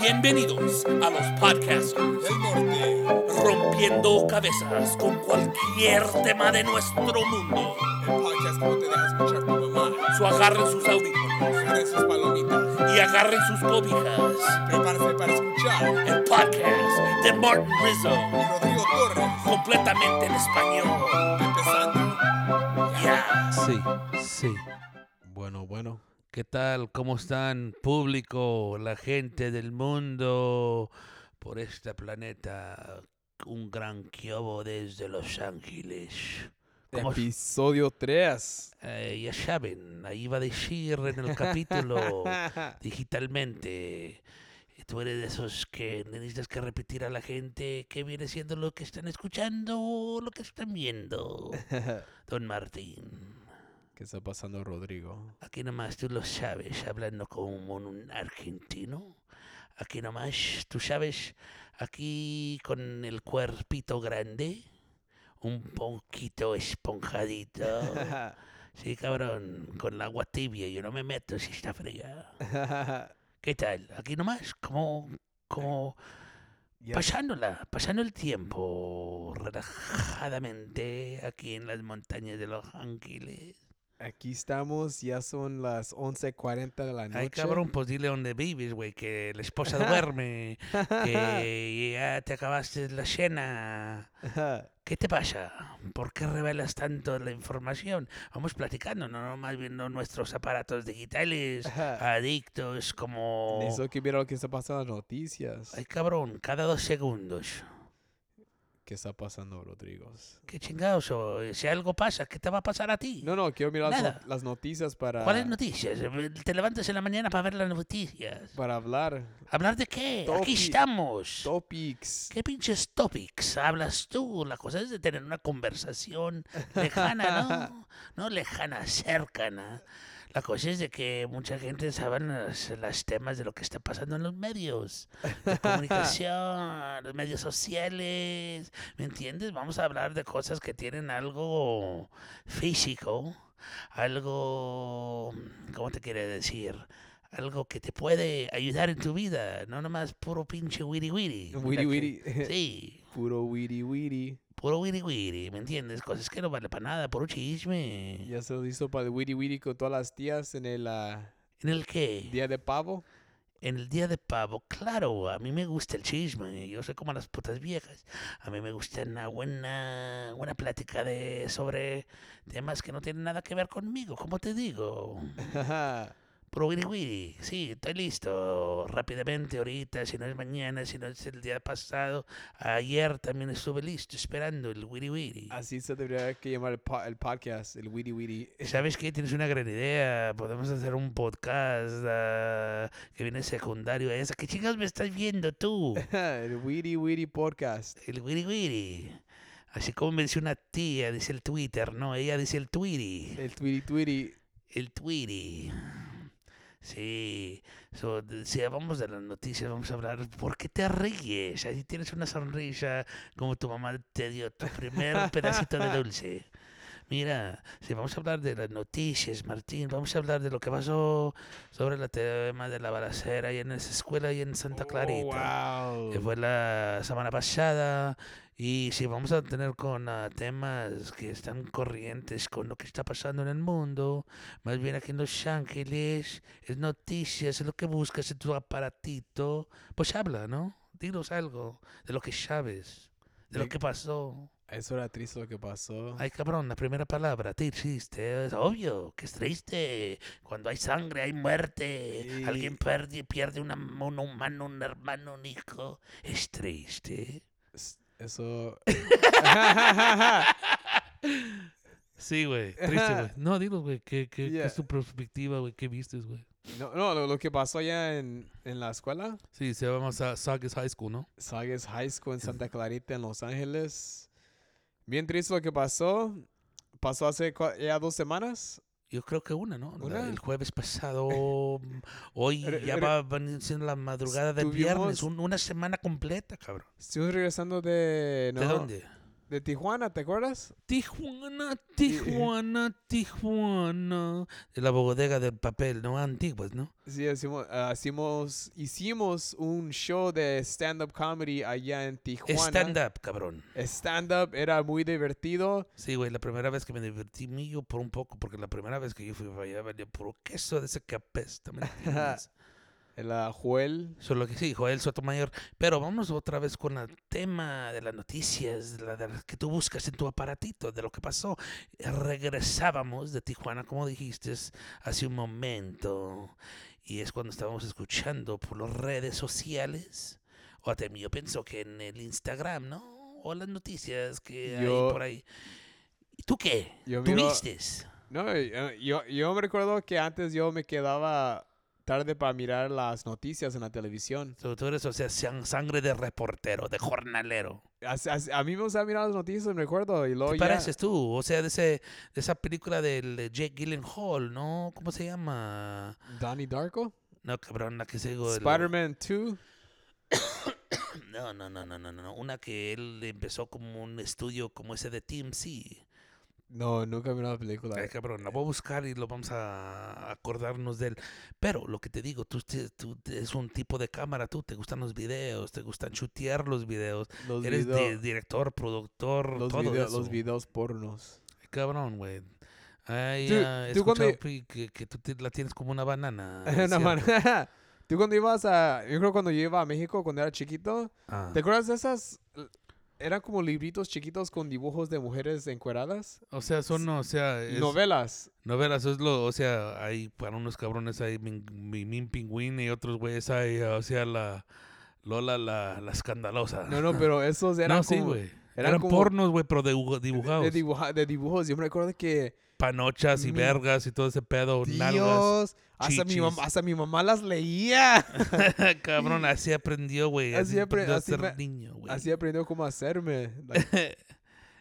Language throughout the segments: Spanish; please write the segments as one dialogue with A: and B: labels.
A: Bienvenidos a los podcasters
B: del norte,
A: rompiendo cabezas con cualquier tema de nuestro mundo.
B: el podcast que no te deja escuchar tu mamá.
A: So agarren sus audífonos
B: Agarren sus palomitas,
A: y agarren sus cobijas.
B: prepárate para escuchar
A: El podcast de Martin Rizzo,
B: y Rodrigo Torres,
A: completamente en español.
B: empezando.
A: Yeah.
C: Sí, sí. Bueno, bueno. ¿Qué tal? ¿Cómo están, público, la gente del mundo, por este planeta? Un gran quiobo desde Los Ángeles. ¿Cómo es?
D: Episodio 3.
C: Eh, ya saben, ahí va a decir en el capítulo digitalmente. Tú eres de esos que necesitas que repetir a la gente que viene siendo lo que están escuchando o lo que están viendo. Don Martín.
D: ¿Qué está pasando, Rodrigo?
C: Aquí nomás tú lo sabes, hablando como un argentino. Aquí nomás, tú sabes, aquí con el cuerpito grande, un poquito esponjadito. Sí, cabrón, con la agua tibia, yo no me meto si está fría. ¿Qué tal? Aquí nomás, como, como
D: Ya.
C: pasándola, pasando el tiempo relajadamente aquí en las montañas de los Ángeles.
D: Aquí estamos, ya son las 11:40 de la noche.
C: Ay, cabrón, pues dile dónde vives, güey, que la esposa duerme, que ya te acabaste la cena. ¿Qué te pasa? ¿Por qué revelas tanto la información? Vamos platicando, no nomás viendo nuestros aparatos digitales, adictos como...
D: Necesito que viera lo que está pasando en las noticias.
C: Ay, cabrón, cada dos segundos.
D: ¿Qué está pasando, Rodrigo?
C: ¿Qué chingados? o eh, si algo pasa, ¿qué te va a pasar a ti?
D: No, no, quiero mirar las,
C: Nada.
D: no- las noticias para,
C: ¿Cuáles noticias? Te levantas en la mañana para ver las noticias.
D: para hablar.
C: ¿Hablar de qué? Aquí
D: Topi-
C: estamos.
D: Topics.
C: ¿Qué pinches topics hablas tú? La cosa es de tener una conversación lejana, ¿no? No lejana, cercana. La cosa es de que mucha gente sabe los, las temas de lo que está pasando en los medios de comunicación, los medios sociales, ¿me entiendes? Vamos a hablar de cosas que tienen algo físico, algo, ¿cómo te quiere decir? Algo que te puede ayudar en tu vida, no nomás puro pinche wiri wiri.
D: Wiri wiri.
C: Sí,
D: Puro wiri wiri.
C: puro wiri wiri, ¿me entiendes? Cosas que no vale para nada, puro chisme.
D: Ya se listo para el wiri wiri con todas las tías en el ah,
C: ¿En el qué?
D: día de pavo.
C: En el día de pavo, claro, a mí me gusta el chisme, yo soy como las putas viejas. A mí me gusta una buena, buena plática de, sobre temas que no tienen nada que ver conmigo, como te digo. Puro wiri wiri, sí, estoy listo. Rápidamente ahorita, si no es mañana, si no es el día pasado. Ayer también estuve listo esperando el wiri wiri.
D: Así se debería que llamar el, po- el podcast, el wiri wiri.
C: ¿Sabes qué? Tienes una gran idea. Podemos hacer un podcast ah, que viene secundario a esa. ¿Qué chingas me estás viendo tú?
D: el Witty Witty Podcast.
C: El wiri wiri. Así como me dice una tía, dice el Twitter, no, ella dice el Twiri.
D: El Twitty Twitty.
C: El Twiri. Sí. So, de- si vamos de las noticias, vamos a hablar. ¿Por qué te ríes? Ahí tienes una sonrisa como tu mamá te dio tu primer pedacito de dulce. Mira, si vamos a hablar de las noticias, Martín, vamos a hablar de lo que pasó sobre el tema de la balacera y en esa escuela y en Santa Clarita
D: Oh,
C: que
D: wow.
C: fue la semana pasada. Y si vamos a tener con ah, temas que están corrientes con lo que está pasando en el mundo, más bien aquí en Los Ángeles, es noticias, es lo que buscas en tu aparatito, pues habla, ¿no? Dinos algo de lo que sabes, de lo
D: Digo-
C: que pasó.
D: Eso era triste lo que pasó.
C: Ay, cabrón, la primera palabra, te hiciste, es obvio, que es triste. Cuando hay sangre, hay muerte.
D: Sí.
C: Alguien pierde, pierde una- un humano, un hermano, un hijo. Es triste.
D: Es- Eso.
C: Sí, güey,
D: triste, güey.
C: No, dilo, güey, ¿qué,
D: qué Yeah. es
C: tu perspectiva, güey? ¿Qué viste, güey?
D: No, no lo, lo que pasó allá en, en la escuela.
C: Sí, se llama Sagas High School, ¿no?
D: Sagas High School en Santa Clarita, en Los Ángeles. Bien triste lo que pasó. Pasó hace cua- ya dos semanas.
C: Yo creo que una, ¿no? La-
D: Una.
C: El jueves pasado, mm, hoy
D: Re-
C: ya
D: re-
C: va van siendo la madrugada del viernes,
D: Estuvimos-
C: un- una semana completa, cabrón.
D: Estuvimos regresando de.
C: ¿De
D: no,
C: dónde?
D: de Tijuana, ¿te acuerdas?
C: Tijuana, Tijuana, Tijuana. De la bodega del papel, ¿no? Antiguas, ¿no?
D: Sí, hicimos, ah, hicimos, hicimos un show de stand-up comedy allá en Tijuana.
C: Stand-up, cabrón.
D: Stand-up era muy divertido.
C: Sí, güey, la primera vez que me divertí mío por un poco, porque la primera vez que yo fui para allá valía puro queso de ese que apesta, ¿me entiendes?
D: El ah, Joel.
C: Solo que sí, Joel Sotomayor. Pero vamos otra vez con el tema de las noticias, de la, de las que tú buscas en tu aparatito, de lo que pasó. Regresábamos de Tijuana, como dijiste, hace un momento. Y es cuando estábamos escuchando por las redes sociales. O hasta yo pienso que en el Instagram, ¿no? O las noticias que
D: Yo-
C: hay por ahí. ¿Y tú qué?
D: yo
C: ¿Tú
D: miro-
C: viste?
D: No, eh, yo, yo me recuerdo que antes yo me quedaba tarde para mirar las noticias en la televisión.
C: Tú, tú eres, o sea, san- sangre de reportero, de jornalero.
D: As- as- a mí me gustaba mirar las noticias, me recuerdo. Y luego
C: ¿Te
D: Oh, ya-
C: pareces tú? O sea, de, ese, de esa película del eh, Jake Gyllenhaal, ¿no? ¿Cómo se llama?
D: Donnie Darko.
C: No, cabrón, la que se... el-
D: Spider-Man 2.
C: No, no, no, no, no, no. Una que él empezó como un estudio como ese de TMC.
D: No, nunca he mirado la película.
C: Ay, cabrón, la voy a buscar y lo vamos a acordarnos de él. Pero lo que te digo, tú, te- tú te- es un tipo de cámara, tú te gustan los videos, te gustan chutear los videos.
D: Los,
C: Eres
D: video-
C: di- director, productor,
D: los,
C: todo
D: video-
C: eso.
D: los videos pornos.
C: Cabrón, güey. Ay,
D: Tú-
C: ah, he
D: tú cuando-
C: escuchado pi- que, que tú te- la tienes como una banana. Ah, ¿es
D: Una
C: cierto?
D: manera. Tú cuando ibas a... Yo creo cuando yo iba a México, cuando era chiquito,
C: Ah.
D: ¿te acuerdas de esas? L- Eran como libritos chiquitos con dibujos de mujeres encueradas.
C: O sea, son, o sea, es-
D: Novelas.
C: novelas, es lo, o sea, hay para unos cabrones hay Min, Min- Min Pingüín y otros güeyes hay, ah, o sea, la Lola la, la escandalosa.
D: No, no, pero esos eran
C: No, sí,
D: como...
C: güey.
D: eran
C: Eran,
D: como-
C: pornos, güey, pero de- dibujados.
D: de, dibuja- de dibujos. Yo me recuerdo que...
C: Panochas y
D: Mi-
C: vergas y todo ese pedo, nalgas.
D: Dios, hasta mi,
C: chichis.
D: mamá, hasta mi mamá las leía.
C: Cabrón, así aprendió, güey. Así,
D: Así apre-
C: aprendió a
D: así
C: ser
D: me-
C: niño, güey.
D: Así aprendió cómo hacerme. Like,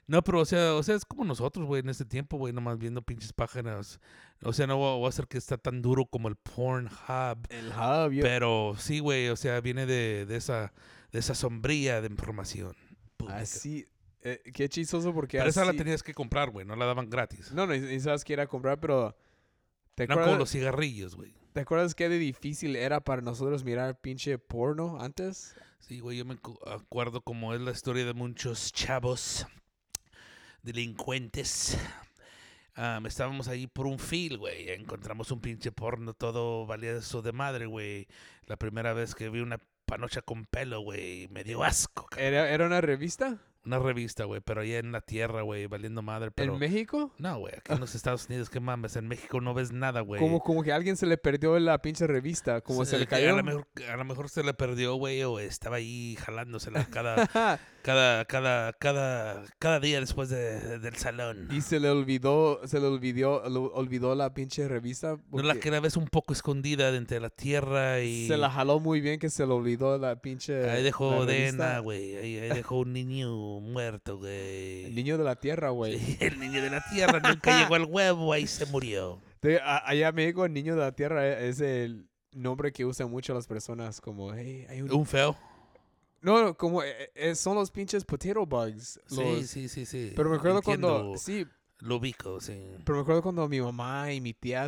C: No, pero o sea, o sea, es como nosotros, güey, en este tiempo, güey, nomás viendo pinches páginas. O sea, no voy a- voy a hacer que está tan duro como el Pornhub.
D: el hub. yo-
C: Pero sí, güey, o sea, viene de, de esa de esa sombría de información. pública.
D: Así... Ah, eh, qué chistoso porque
C: Pero esa la
D: así-
C: tenías que comprar, güey, no la daban gratis.
D: No, no, y, y sabes que era comprar, pero... ¿Te
C: Eran como
D: acuerdas?
C: los cigarrillos, güey.
D: ¿Te acuerdas qué de difícil era para nosotros mirar pinche porno antes?
C: Sí, güey, yo me acu- acuerdo como es la historia de muchos chavos delincuentes. Am, estábamos ahí por un fil, güey. Encontramos un pinche porno todo valioso de madre, güey. La primera vez que vi una panocha con pelo, güey, me dio asco. ca-
D: ¿Era, era una revista?
C: Una revista, güey, pero allá en la tierra, güey, valiendo madre, pero...
D: ¿En México?
C: No, güey, aquí en los Estados Unidos, qué mames, en México no ves nada, güey.
D: Como, como que a alguien se le perdió la pinche revista, como se,
C: Eh,
D: le
C: que A
D: cayó.
C: lo, mejor, a lo mejor se le perdió, güey, o estaba ahí jalándosela cada, cada, cada, cada, cada día después de- del salón.
D: y se le olvidó, se le olvidó, lo- olvidó la pinche revista.
C: No la
D: porque
C: que la ves un poco escondida de entre la tierra y...
D: Se la jaló muy bien que se le olvidó la pinche.
C: Ahí dejó
D: la revista.
C: DNA, güey. Ahí, ahí dejó un niño muerto,
D: El
C: güey.
D: niño de la tierra, güey.
C: El niño de la tierra nunca llegó al huevo, ahí se murió.
D: De- a- Allá en México, el niño de la tierra e- es el nombre que usan mucho las personas. Como, hey, hay un.
C: Un feo.
D: No, no, como eh, eh, son los pinches potato bugs.
C: Sí,
D: los-
C: sí, sí, sí.
D: Pero me acuerdo
C: Entiendo,
D: cuando. Sí,
C: Lo ubico, sí.
D: pero me acuerdo cuando mi mamá y mi tía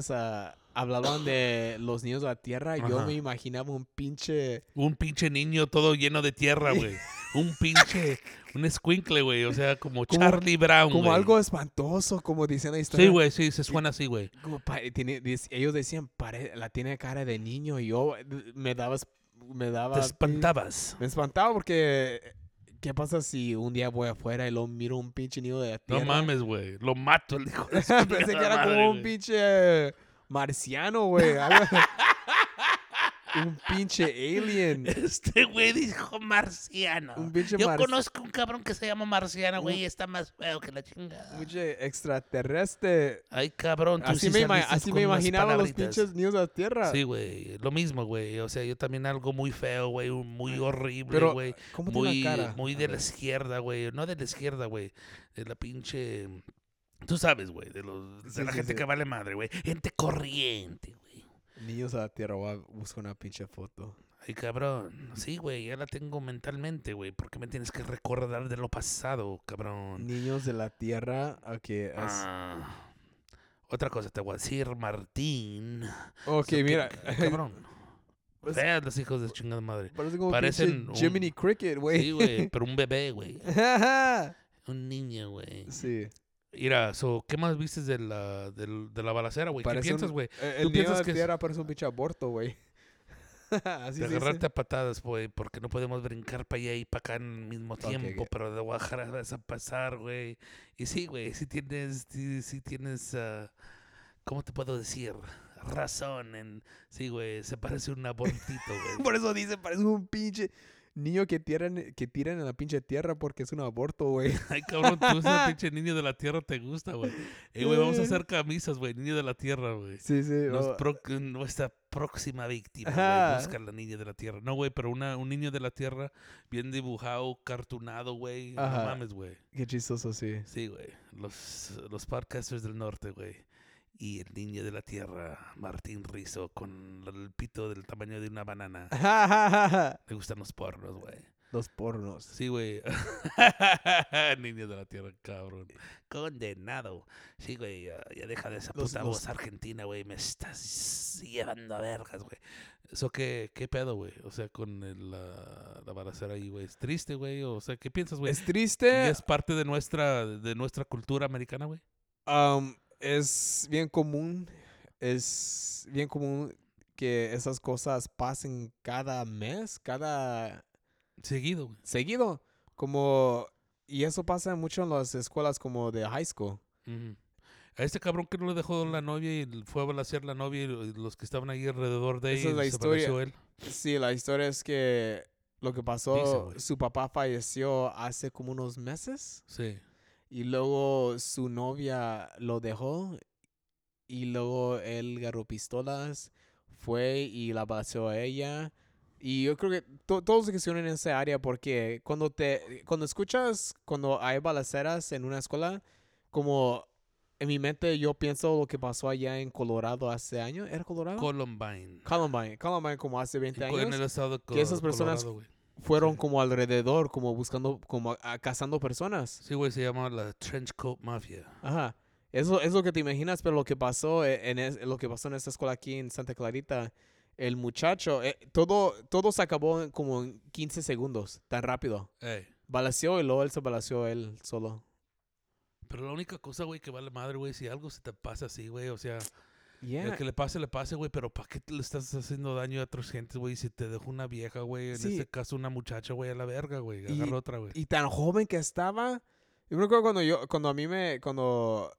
D: hablaban de los niños de la tierra. Yo
C: Ajá.
D: me imaginaba un pinche.
C: Un pinche niño todo lleno de tierra, güey. Un pinche, un escuincle, güey. O sea, como,
D: Como-
C: Charlie Brown,
D: Como
C: güey.
D: algo espantoso, como dicen la historia.
C: Sí, güey, sí, se suena así, güey.
D: Como pa- tiene- dice- ellos decían, "Pare- la tiene cara de niño. Y yo eh, me daba. es- Me daba
C: Te espantabas.
D: Me espantaba porque. eh, ¿Qué pasa si un día voy afuera y lo miro un pinche niño de la
C: No
D: tierra?
C: mames, güey. Lo mato el hijo de su chingada
D: Pensé que era
C: madre,
D: como un
C: güey.
D: pinche eh, marciano, güey. algo- un pinche alien.
C: Este güey dijo marciano.
D: Un pinche
C: Yo
D: marci-
C: conozco un cabrón que se llama marciano, güey,
D: Un-
C: y está más feo que la chingada.
D: Mucho extraterrestre.
C: Ay, cabrón, tú
D: Así
C: sí
D: me, ima-
C: saliste
D: así
C: con
D: me
C: unas
D: imaginaba los
C: palabritas.
D: pinches niños de la tierra.
C: Sí, güey, lo mismo, güey. O sea, yo también algo muy feo, güey, un- muy horrible,
D: pero,
C: güey.
D: ¿cómo tiene
C: Muy,
D: la cara?
C: muy de la izquierda, güey. No de la izquierda, güey. De la pinche... Tú sabes, güey, de, los, de
D: Sí,
C: la
D: sí,
C: gente
D: sí.
C: que vale madre, güey. Gente corriente, güey.
D: Niños de la tierra, voy a buscar una pinche foto.
C: Ay, cabrón. Sí, güey, ya la tengo mentalmente, güey. ¿Por qué me tienes que recordar de lo pasado, cabrón?
D: Niños de la Tierra. Ok, es-
C: Ah. Otra cosa te voy a decir, Martín. So,
D: ok,
C: qué-
D: mira.
C: qué Cabrón.
D: Pues-
C: Vean los hijos de chingada madre.
D: Parece como
C: Parecen
D: Parecen
C: un-
D: Jiminy Cricket, güey.
C: Sí, güey, pero un bebé, güey. Un niño, güey.
D: sí.
C: Mira, so, ¿qué más viste de la, del- de la balacera, güey? ¿Qué
D: Parece un-
C: piensas, güey?
D: Eh,
C: ¿Tú
D: El niño
C: piensas
D: de la
C: que es-
D: Tierra parece un pinche aborto, güey. Así
C: De
D: se dice.
C: agarrarte a patadas, güey, porque no podemos brincar para allá y para acá al mismo tiempo,
D: ok.
C: pero de Guadalajara vas a pasar, güey. Y sí, güey, sí tienes, sí, sí tienes, ah, ¿cómo te puedo decir? Razón en, sí, güey, se parece un abortito, güey.
D: Por eso dice, parece un pinche niño que tiran, que tiran en la pinche tierra porque es un aborto, güey.
C: Ay, cabrón, tú ese pinche niño de la tierra te gusta, güey. Y, güey, vamos a hacer camisas, güey, niño de la tierra, güey.
D: Sí, sí.
C: Nos
D: o-
C: pro- nuestra próxima víctima,
D: Ajá.
C: güey. Busca la niña de la tierra. No, güey, pero una, un niño de la tierra bien dibujado, cartunado, güey. No
D: Ajá.
C: mames, güey.
D: Qué chistoso, sí.
C: Sí, güey. Los, los podcasters del norte, güey. Y el niño de la tierra, Martín Rizo, con el pito del tamaño de una banana. Le gustan los pornos, güey.
D: Los pornos.
C: Sí, güey. niño de la tierra, cabrón. Condenado. Sí, güey. Ya, ya deja de esa
D: Los-
C: puta
D: los-
C: voz argentina, güey. Me estás llevando a vergas, güey. Eso, ¿qué, qué pedo, güey? O sea, con el, la, la balacera ahí, güey. ¿Es triste, güey? O sea, ¿qué piensas, güey?
D: Es
C: ¿Y
D: triste.
C: es parte de nuestra, de nuestra cultura americana, güey?
D: Am, es bien común, es bien común que esas cosas pasen cada mes, cada
C: Seguido, güey.
D: seguido, como y eso pasa mucho en las escuelas como de high school.
C: Ujú. A este cabrón que no le dejó la novia y fue a balasear la novia y lo- y los que estaban ahí alrededor de
D: Esa
C: ella
D: es la
C: y se
D: historia.
C: balaseó él.
D: Sí, la historia es que lo que pasó,
C: güey.
D: su papá falleció hace como unos meses
C: Sí.
D: y luego su novia lo dejó y luego él agarró pistolas, fue y la balació a ella. Y yo creo que to- todos se cuestionan en esa área porque cuando te cuando escuchas cuando hay balaceras en una escuela, como en mi mente yo pienso lo que pasó allá en Colorado hace años, ¿era Colorado?
C: Columbine.
D: Columbine, Columbine como hace 20
C: En-
D: años.
C: En el estado de
D: que esas
C: Colo-
D: personas-
C: Colorado, güey.
D: fueron
C: Sí.
D: como alrededor, como buscando, como a- a- cazando personas.
C: Sí, güey, se llama la Trench Coat Mafia.
D: Ajá. Eso es lo que te imaginas, pero lo que pasó e- en, es- lo que pasó en esta escuela aquí en Santa Clarita, el muchacho, eh, todo, todo se acabó en como en 15 segundos, tan rápido.
C: Ey,
D: Balació y luego él se balació él solo.
C: Pero la única cosa, güey, que vale madre, güey, si algo se te pasa así, güey, o sea, el
D: Yeah.
C: que le pase, le pase, güey, pero ¿para qué te le estás haciendo daño a otras gentes, güey? Si te dejó una vieja, güey, en
D: Sí.
C: este caso una muchacha, güey, a la verga, güey,
D: Y-
C: agarra otra, güey.
D: Y tan joven que estaba. Yo me acuerdo cuando yo, cuando a mí me, cuando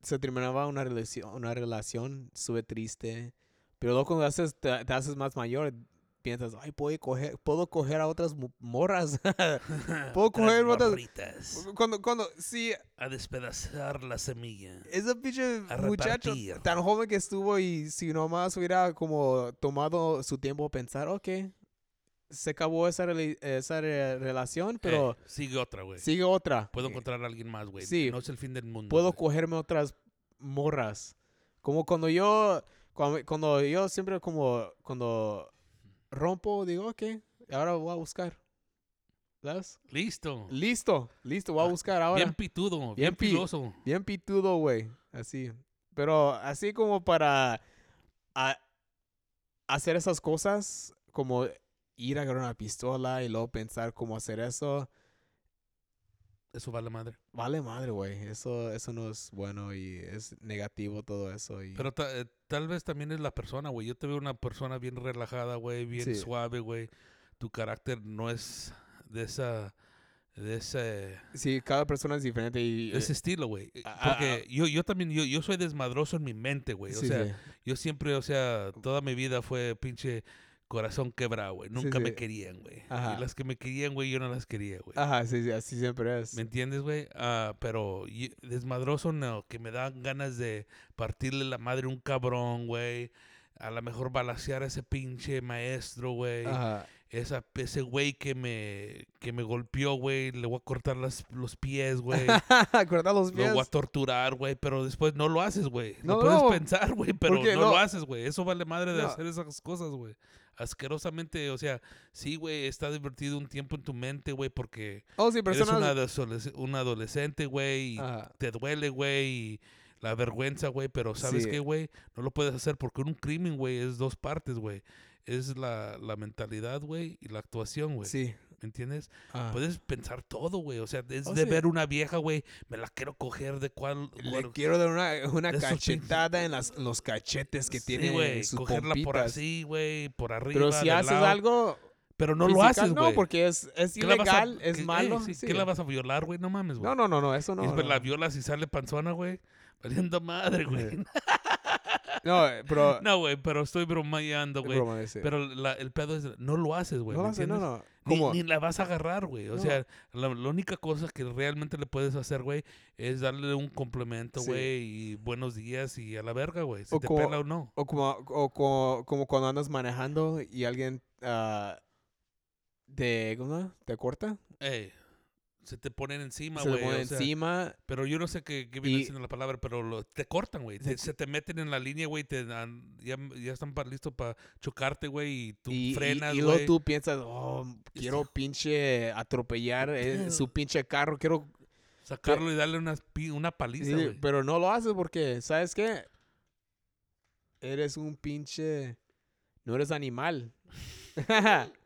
D: se terminaba una relación, una relación, sube triste. Pero luego cuando haces, te, te haces más mayor, piensas, ay, puedo coger, puedo coger a otras mu- morras. puedo coger
C: Otras
D: otras-
C: morritas,
D: cuando, cuando, sí,
C: a despedazar la semilla.
D: ese pinche
C: A
D: muchacho
C: repartir.
D: tan joven que estuvo y si nomás hubiera como tomado su tiempo a pensar, ok, se acabó esa, rela- esa re- relación, pero
C: Ey, Eh, sigue otra, güey.
D: sigue otra.
C: Puedo
D: Eh,
C: encontrar a alguien más, güey.
D: sí.
C: No es el fin del mundo.
D: puedo
C: güey.
D: cogerme otras morras. Como cuando yo, cuando, cuando yo siempre como, cuando rompo, digo, ok, ahora voy a buscar. ¿Sabes?
C: Listo.
D: Listo, listo, voy a
C: Ah,
D: buscar ahora.
C: Bien
D: Bien,
C: pitudo, bien,
D: pi-
C: piloso.
D: pitudo, güey. Así. Pero así como para a- hacer esas cosas, como ir a agarrar una pistola y luego pensar cómo hacer eso.
C: Eso vale madre.
D: Vale madre, güey. Eso, eso no es bueno y es negativo todo eso. Y...
C: Pero ta- eh, tal vez también es la persona, güey. Yo te veo una persona bien relajada, güey, bien
D: Sí.
C: suave, güey. Tu carácter no es de esa de ese
D: Sí, cada persona es diferente y...
C: de ese estilo, güey. Eh,
D: ah,
C: Porque yo yo también yo, yo soy desmadroso en mi mente, güey. O
D: Sí,
C: sea,
D: sí.
C: yo siempre, o sea, toda mi vida fue pinche corazón quebrado, güey.
D: Sí,
C: Nunca me
D: sí.
C: querían, güey.
D: Ajá.
C: Y las que me querían, güey, yo no las quería, güey.
D: Ajá, sí, sí, así siempre es.
C: ¿Me entiendes, güey? Ah, pero y- desmadroso no, que me dan ganas de partirle la madre a un cabrón, güey. A lo mejor balasear a ese pinche maestro, güey.
D: Ajá.
C: Esa, ese güey que me, que me golpeó, güey. Le voy a cortar las, los pies, güey.
D: Cortar los pies.
C: Lo voy a torturar, güey. Pero después no lo haces, güey. No,
D: No,
C: puedes
D: no.
C: pensar, güey. Pero
D: Porque
C: no lo
D: no-
C: haces, güey. Eso vale madre de
D: No.
C: hacer esas cosas, güey. asquerosamente, o sea, sí, güey, está divertido un tiempo en tu mente, güey, porque
D: Oh, sí,
C: eres una
D: personas.
C: adolesc- un adolescente, güey, y
D: Ajá.
C: te duele, güey, y la vergüenza, güey, pero ¿sabes
D: Sí.
C: qué, güey? No lo puedes hacer porque un crimen, güey, es dos partes, güey. Es la, la mentalidad, güey, y la actuación, güey.
D: Sí.
C: ¿Me entiendes?
D: Ah.
C: Puedes pensar todo, güey. O sea, es
D: Oh,
C: de
D: sí.
C: ver una vieja, güey, me la quiero coger de cuál...
D: Le
C: cuál-
D: quiero dar una, una
C: de esos pinches-
D: cachetada en las, los cachetes que
C: Sí,
D: tiene
C: güey,
D: sus
C: cogerla por
D: pompitas.
C: así, güey, por arriba.
D: Pero si
C: de
D: haces
C: lado.
D: algo.
C: Pero no
D: física,
C: lo haces, güey.
D: No, porque es, es
C: ¿Qué la vas a-
D: ilegal, es
C: qué- eh,
D: malo.
C: sí,
D: sí.
C: ¿Qué la vas a violar, güey? No mames, güey.
D: No, no, no, no, eso
C: Y
D: no.
C: después
D: no.
C: la violas y sale panzona, güey. Valiendo madre, güey.
D: No, eh, pero.
C: No, güey, pero estoy bromeando,
D: es
C: güey.
D: broma ese.
C: Pero la- el pedo es, no lo haces, güey.
D: no,
C: ¿me
D: lo hace, no,
C: entiendes?
D: no.
C: Ni-
D: Como,
C: Ni, la vas a agarrar, güey. O
D: No.
C: sea, la, la única cosa que realmente le puedes hacer, güey, es darle un complemento,
D: Sí.
C: güey, y buenos días y a la verga, güey. Si
D: O
C: te
D: como-
C: pela o no.
D: o como, o como, como cuando andas manejando y alguien ah, te, ¿cómo se llama? te corta,
C: Ey, Eh, se te ponen encima,
D: se
C: güey.
D: le pone
C: o sea,
D: encima.
C: Pero yo no sé qué, qué viene
D: Y-
C: siendo la palabra, pero lo- te cortan, güey. Te- Se te meten en la línea, güey. Te dan, ya, ya están pa- listos para chocarte, güey. Y tú
D: Y, y-
C: frenas,
D: y luego
C: güey.
D: tú piensas, oh, quiero pinche atropellar eh, su pinche carro, quiero...
C: Sacarlo y darle una, una paliza,
D: Sí,
C: güey.
D: pero no lo haces porque, ¿sabes qué? Eres un pinche... No eres animal.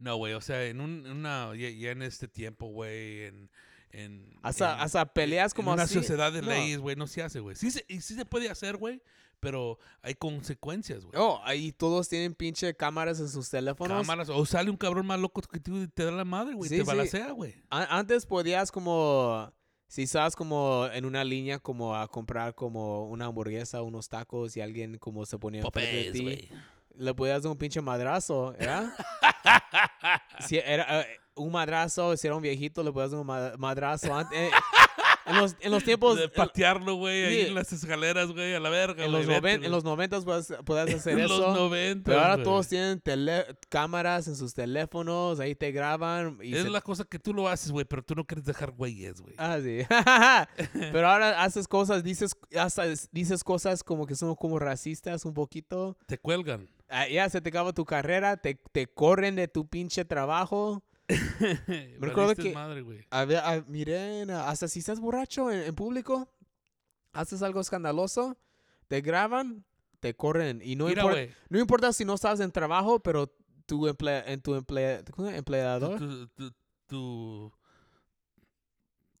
C: No, güey. O sea, en un, en una, ya, ya en este tiempo, güey. En, en,
D: hasta,
C: en-
D: hasta peleas
C: en
D: como
C: una
D: así.
C: sociedad de
D: no.
C: leyes, güey, no se hace, güey. Sí se, y sí se puede hacer, güey, pero hay consecuencias, güey.
D: Oh, ahí todos tienen pinche cámaras en sus teléfonos.
C: Cámaras, o sale un cabrón más loco que tú y te da la madre, güey,
D: Sí,
C: te
D: sí.
C: balacea, güey.
D: A- Antes podías como, si estabas como en una línea como a comprar como una hamburguesa, unos tacos y alguien como se ponía enfrente de
E: Popeyes,
D: ti,
E: güey.
D: le podías dar un pinche madrazo, ¿verdad? si era eh, un madrazo, si era un viejito, le podías dar un ma- madrazo. Ant- eh, en, los, en los tiempos,
C: de
D: en,
C: patearlo, güey, ahí
D: Pues, sí.
C: en las escaleras, güey, a la verga,
D: en
C: güey,
D: los,
C: vete,
D: noven- en
C: güey.
D: los noventas podías, podías hacer
C: En los
D: eso.
C: 90,
D: pero ahora
C: güey.
D: todos tienen tele- cámaras en sus teléfonos, ahí te graban. Y
C: Es
D: se-
C: la cosa que tú lo haces, güey, pero tú no quieres dejar güeyes, güey.
D: Ah, sí. Pero ahora haces cosas, dices, hasta es- dices cosas como que son como racistas un poquito.
C: Te cuelgan.
D: Ah, ya se te acaba tu carrera, te, te corren de tu pinche trabajo.
C: Me
D: recuerdo que-
C: madre, güey.
D: A ver, ah, miren, ah, hasta si estás borracho en, en público, haces algo escandaloso, te graban, te corren. Y no,
C: Mira,
D: impor-
C: güey,
D: no importa si no estás en trabajo, pero tu, emple- en tu emplea- ¿cómo se llama?
C: tu,
D: empleador,
C: tu, tu, tu,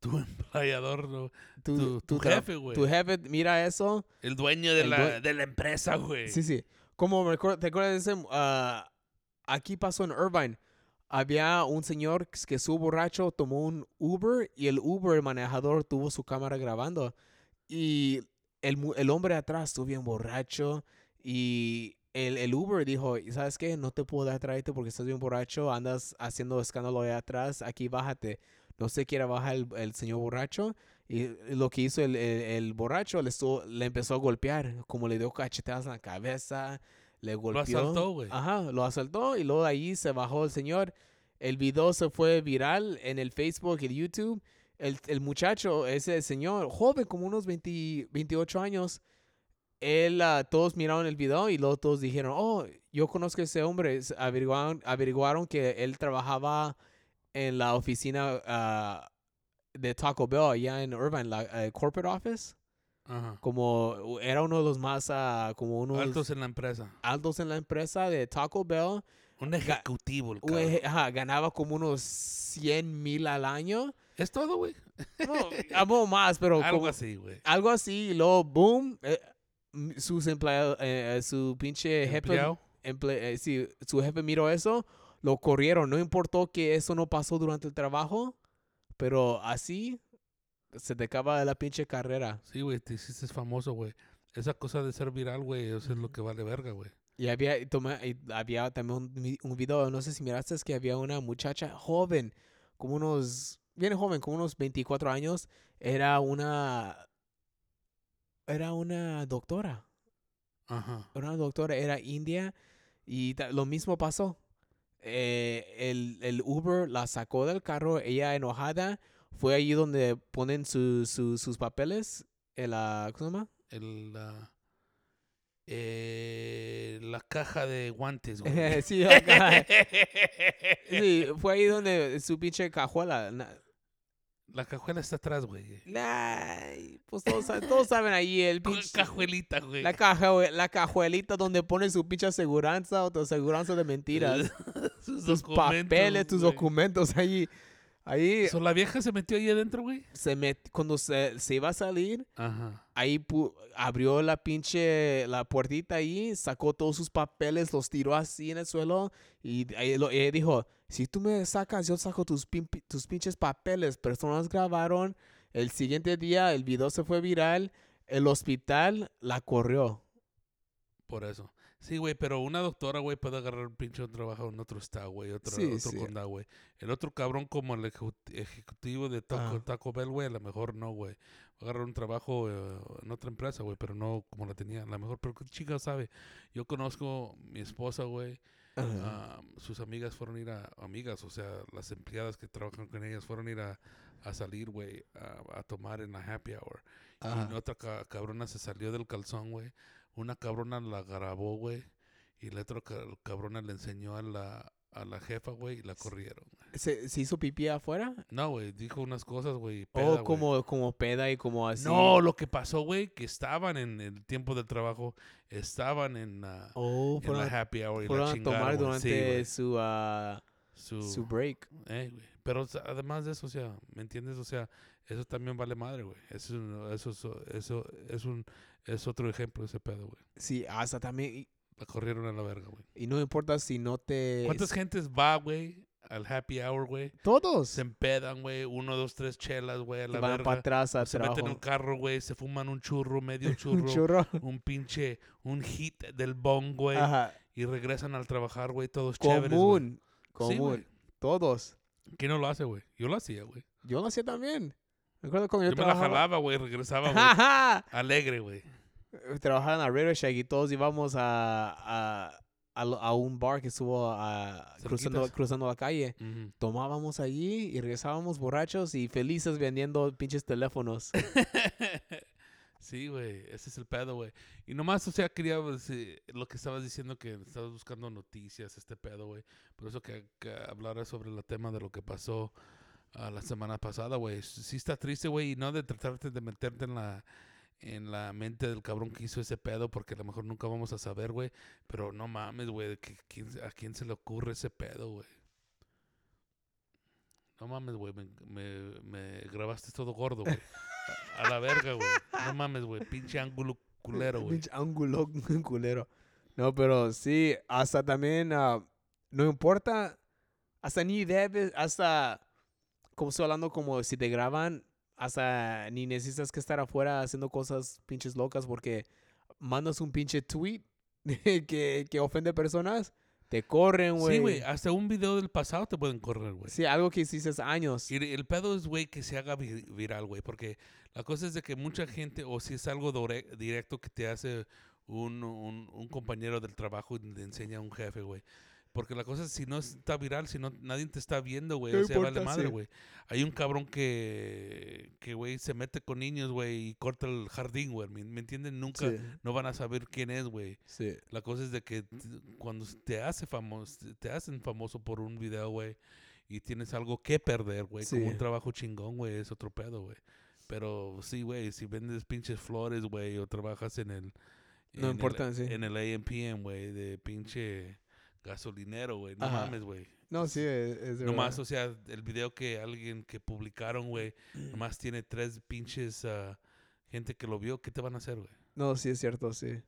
C: tu empleador, no, tu,
D: tu,
C: tu
D: tu tra-
C: jefe, güey.
D: tu jefe mira eso.
C: El dueño de,
D: El
C: la,
D: due-
C: de la empresa, güey.
D: Sí, sí. Como recuer- te acuerdas de ese, ah, aquí pasó en Irvine. Había un señor que s- que su borracho tomó un Uber y el Uber, el manejador, tuvo su cámara grabando. Y el, mu- el hombre atrás estuvo bien borracho y el, el Uber dijo, "¿Y ¿sabes qué? No te puedo dejar traerte porque estás bien borracho, andas haciendo escándalo allá atrás, aquí bájate. No se quiere bajar el, el señor borracho. Y lo que hizo el, el- el borracho, le, estuvo- le empezó a golpear, como le dio cachetadas en la cabeza, le golpeó. Ah.
C: asaltó, güey.
D: Ajá, lo asaltó y luego de ahí se bajó el señor. El video se fue viral en el Facebook y el YouTube. El, el muchacho, ese señor, joven, como unos 20 28 años, él, ah, todos miraron el video y luego todos dijeron, oh, yo conozco a ese hombre. S- Averiguaron, averiguaron que él trabajaba en la oficina ah, de Taco Bell allá en Irvine, la eh, corporate office.
C: Ajá.
D: Como era uno de los más, ah, como unos
C: Altos en la empresa.
D: altos en la empresa de Taco Bell.
C: Un ejecutivo, el
D: Güey,
C: cabrón.
D: ajá, ganaba como unos 100 mil al año.
C: Es todo, güey.
D: No, amo más, pero como-
C: Algo así, güey.
D: algo así, y luego, boom, eh, m- sus empleados, eh, eh, su pinche jefe,
C: Empleado.
D: emple- eh, sí, su jefe miró eso, lo corrieron, no importó que eso no pasó durante el trabajo, pero así se te acaba la pinche carrera.
C: Sí, güey, te hiciste famoso, güey. Esa cosa de ser viral, güey, eso es lo que vale verga, güey.
D: Y había, y toma- y había también un, vi- un video, no sé si miraste, es que había una muchacha joven, como unos, bien joven, como unos 24 años, era una, era una doctora.
C: Ajá.
D: una doctora era india y ta- lo mismo pasó. Eh, el, el Uber la sacó del carro, ella enojada, fue allí donde ponen su- su- sus papeles, el, ah, ¿cómo se llama?
C: El, ah, eh, la, la caja de guantes, güey.
D: sí, acá. Sí, fue ahí donde su pinche cajuela. na-
C: la cajuela está atrás, güey.
D: Ay, pues todos, sa- todos saben ahí el
C: Con
D: pinche.
C: cajuelita, güey.
D: La, caja, la cajuelita donde pone su pinche aseguranza o tu aseguranza de mentiras.
C: sus
D: tus
C: documentos,
D: papeles, tus
C: güey.
D: documentos ahí. Ahí
C: So, la vieja se metió ahí adentro, güey.
D: se met- cuando se, se iba a salir,
C: Ajá.
D: ahí pu- abrió la pinche la puertita ahí, sacó todos sus papeles, los tiró así en el suelo y ahí lo- ella dijo, si tú me sacas, yo saco tus, pin- tus pinches papeles. Personas grabaron, el siguiente día el video se fue viral, el hospital la corrió.
C: Por eso. Sí, güey, pero una doctora, güey, puede agarrar un pinche trabajo en otro estado, güey, otro,
D: Sí,
C: otro
D: sí.
C: condado, güey. El otro cabrón como el ejecu- ejecutivo de Taco,
D: Ah.
C: Taco Bell, güey, a lo mejor no, güey. Va a agarrar un trabajo eh, en otra empresa, güey, pero no como la tenía. A lo mejor, pero qué chica sabe. Yo conozco mi esposa, güey.
D: Ajá.
C: ah, sus amigas fueron a ir a, amigas, o sea, las empleadas que trabajan con ellas fueron a ir a, a salir, güey, a, a tomar en la happy hour.
D: Ajá.
C: Y la otra ca- cabrona se salió del calzón, güey. Una cabrona la grabó, güey. Y la otra ca- cabrona le enseñó a la, a la jefa, güey, y la corrieron.
D: ¿Se, se hizo pipí afuera?
C: No, güey, dijo unas cosas, güey.
D: o
C: peda, güey.
D: como, como peda y como Oh, así.
C: No, lo que pasó, güey, que estaban en el tiempo del trabajo, estaban en, la- en
D: Oh,
C: la
D: fueron, a-
C: happy hour y
D: fueron
C: la
D: a
C: chingaron.
D: tomar
C: güey. Sí,
D: durante
C: güey.
D: su, ah,
C: su,
D: su break.
C: eh, güey. Pero o sea, además de eso, o sea, ¿me entiendes? O sea, eso también vale madre, güey. Eso, es un- eso, es- eso es un es otro ejemplo de ese pedo, güey.
D: Sí, hasta también. Y,
C: La corrieron a la verga, güey.
D: y no importa si no te.
C: ¿Cuántas gentes va, güey, al happy hour, güey?
D: Todos.
C: Se empedan, güey, uno, dos, tres chelas, güey, a
D: que
C: la
D: van para
C: verga.
D: atrás a
C: Se
D: trabajo.
C: meten en un carro, güey, se fuman un churro, medio
D: Un
C: churro,
D: churro.
C: un pinche, un hit del bong, güey,
D: Ajá.
C: y regresan al trabajar, güey, todos chéveres, güey.
D: Común.
C: Sí,
D: Común.
C: güey.
D: Todos.
C: ¿Quién no lo hace, güey? Yo lo hacía, güey.
D: Yo lo hacía también. Me acuerdo cuando
C: Yo,
D: yo,
C: me la
D: trabajaba.
C: jalaba, güey, regresaba, güey.
D: Ajá.
C: Alegre, güey.
D: Trabajaba en la Radio Shack y todos íbamos a, a, a, lo- a un bar que estuvo a, cruzando,
C: Cerquitas.
D: cruzando la calle.
C: Ujú.
D: tomábamos allí y regresábamos borrachos y felices vendiendo pinches teléfonos.
C: sí, güey, ese es el pedo, güey. Y nomás, o sea, quería pues, eh, lo que estabas diciendo, que estabas buscando noticias, este pedo, güey. Por eso que, que hablara sobre el tema de lo que pasó ah, la semana pasada, güey. S- Sí está triste, güey, y no de tratarte de meterte en la en la mente del cabrón que hizo ese pedo, porque a lo mejor nunca vamos a saber, güey. Pero no mames, güey, de que quién- ¿a quién se le ocurre ese pedo, güey? No mames, güey, me, me, me grabaste todo gordo, güey. A la verga, güey. No mames, güey. Pinche ángulo culero, güey.
D: Pinche ángulo culero. No, pero sí, hasta también, ah, no importa, hasta ni debes, hasta, como estoy hablando, como si te graban, hasta ni necesitas que estar afuera haciendo cosas pinches locas porque mandas un pinche tweet que, que ofende personas, te corren, güey.
C: Sí, güey. Hasta un video del pasado te pueden correr, güey.
D: Sí, algo que hiciste hace años.
C: Y el pedo es, güey, que se haga vi- viral, güey. Porque la cosa es de que mucha gente, o si es algo dore- directo que te hace un, un, un compañero del trabajo y te enseña a un jefe, güey. Porque la cosa es, si no está viral, si no, nadie te está viendo, güey.
D: No
C: O sea, vale
D: importa,
C: madre,
D: sí.
C: güey. Hay un cabrón que, que, güey, se mete con niños, güey, y corta el jardín, güey. ¿Me, me entienden? Nunca,
D: Sí,
C: no van a saber quién es, güey.
D: sí.
C: La cosa es de que t- cuando s- te hace famoso, te hacen famoso por un video, güey, y tienes algo que perder, güey, como
D: Sí.
C: un trabajo chingón, güey, es otro pedo, güey. Pero sí, güey, si vendes pinches flores, güey, o trabajas en el
D: No
C: en el-
D: importa, sí.
C: en el AMPM, güey, de pinche gasolinero, güey, no
D: Ajá.
C: mames, güey.
D: No, sí, es, es de
C: Nomás,
D: verdad.
C: o sea, el video que alguien que publicaron, güey,
D: Mm.
C: nomás tiene tres pinches ah, gente que lo vio, ¿qué te van a hacer, güey?
D: No, sí es cierto, sí.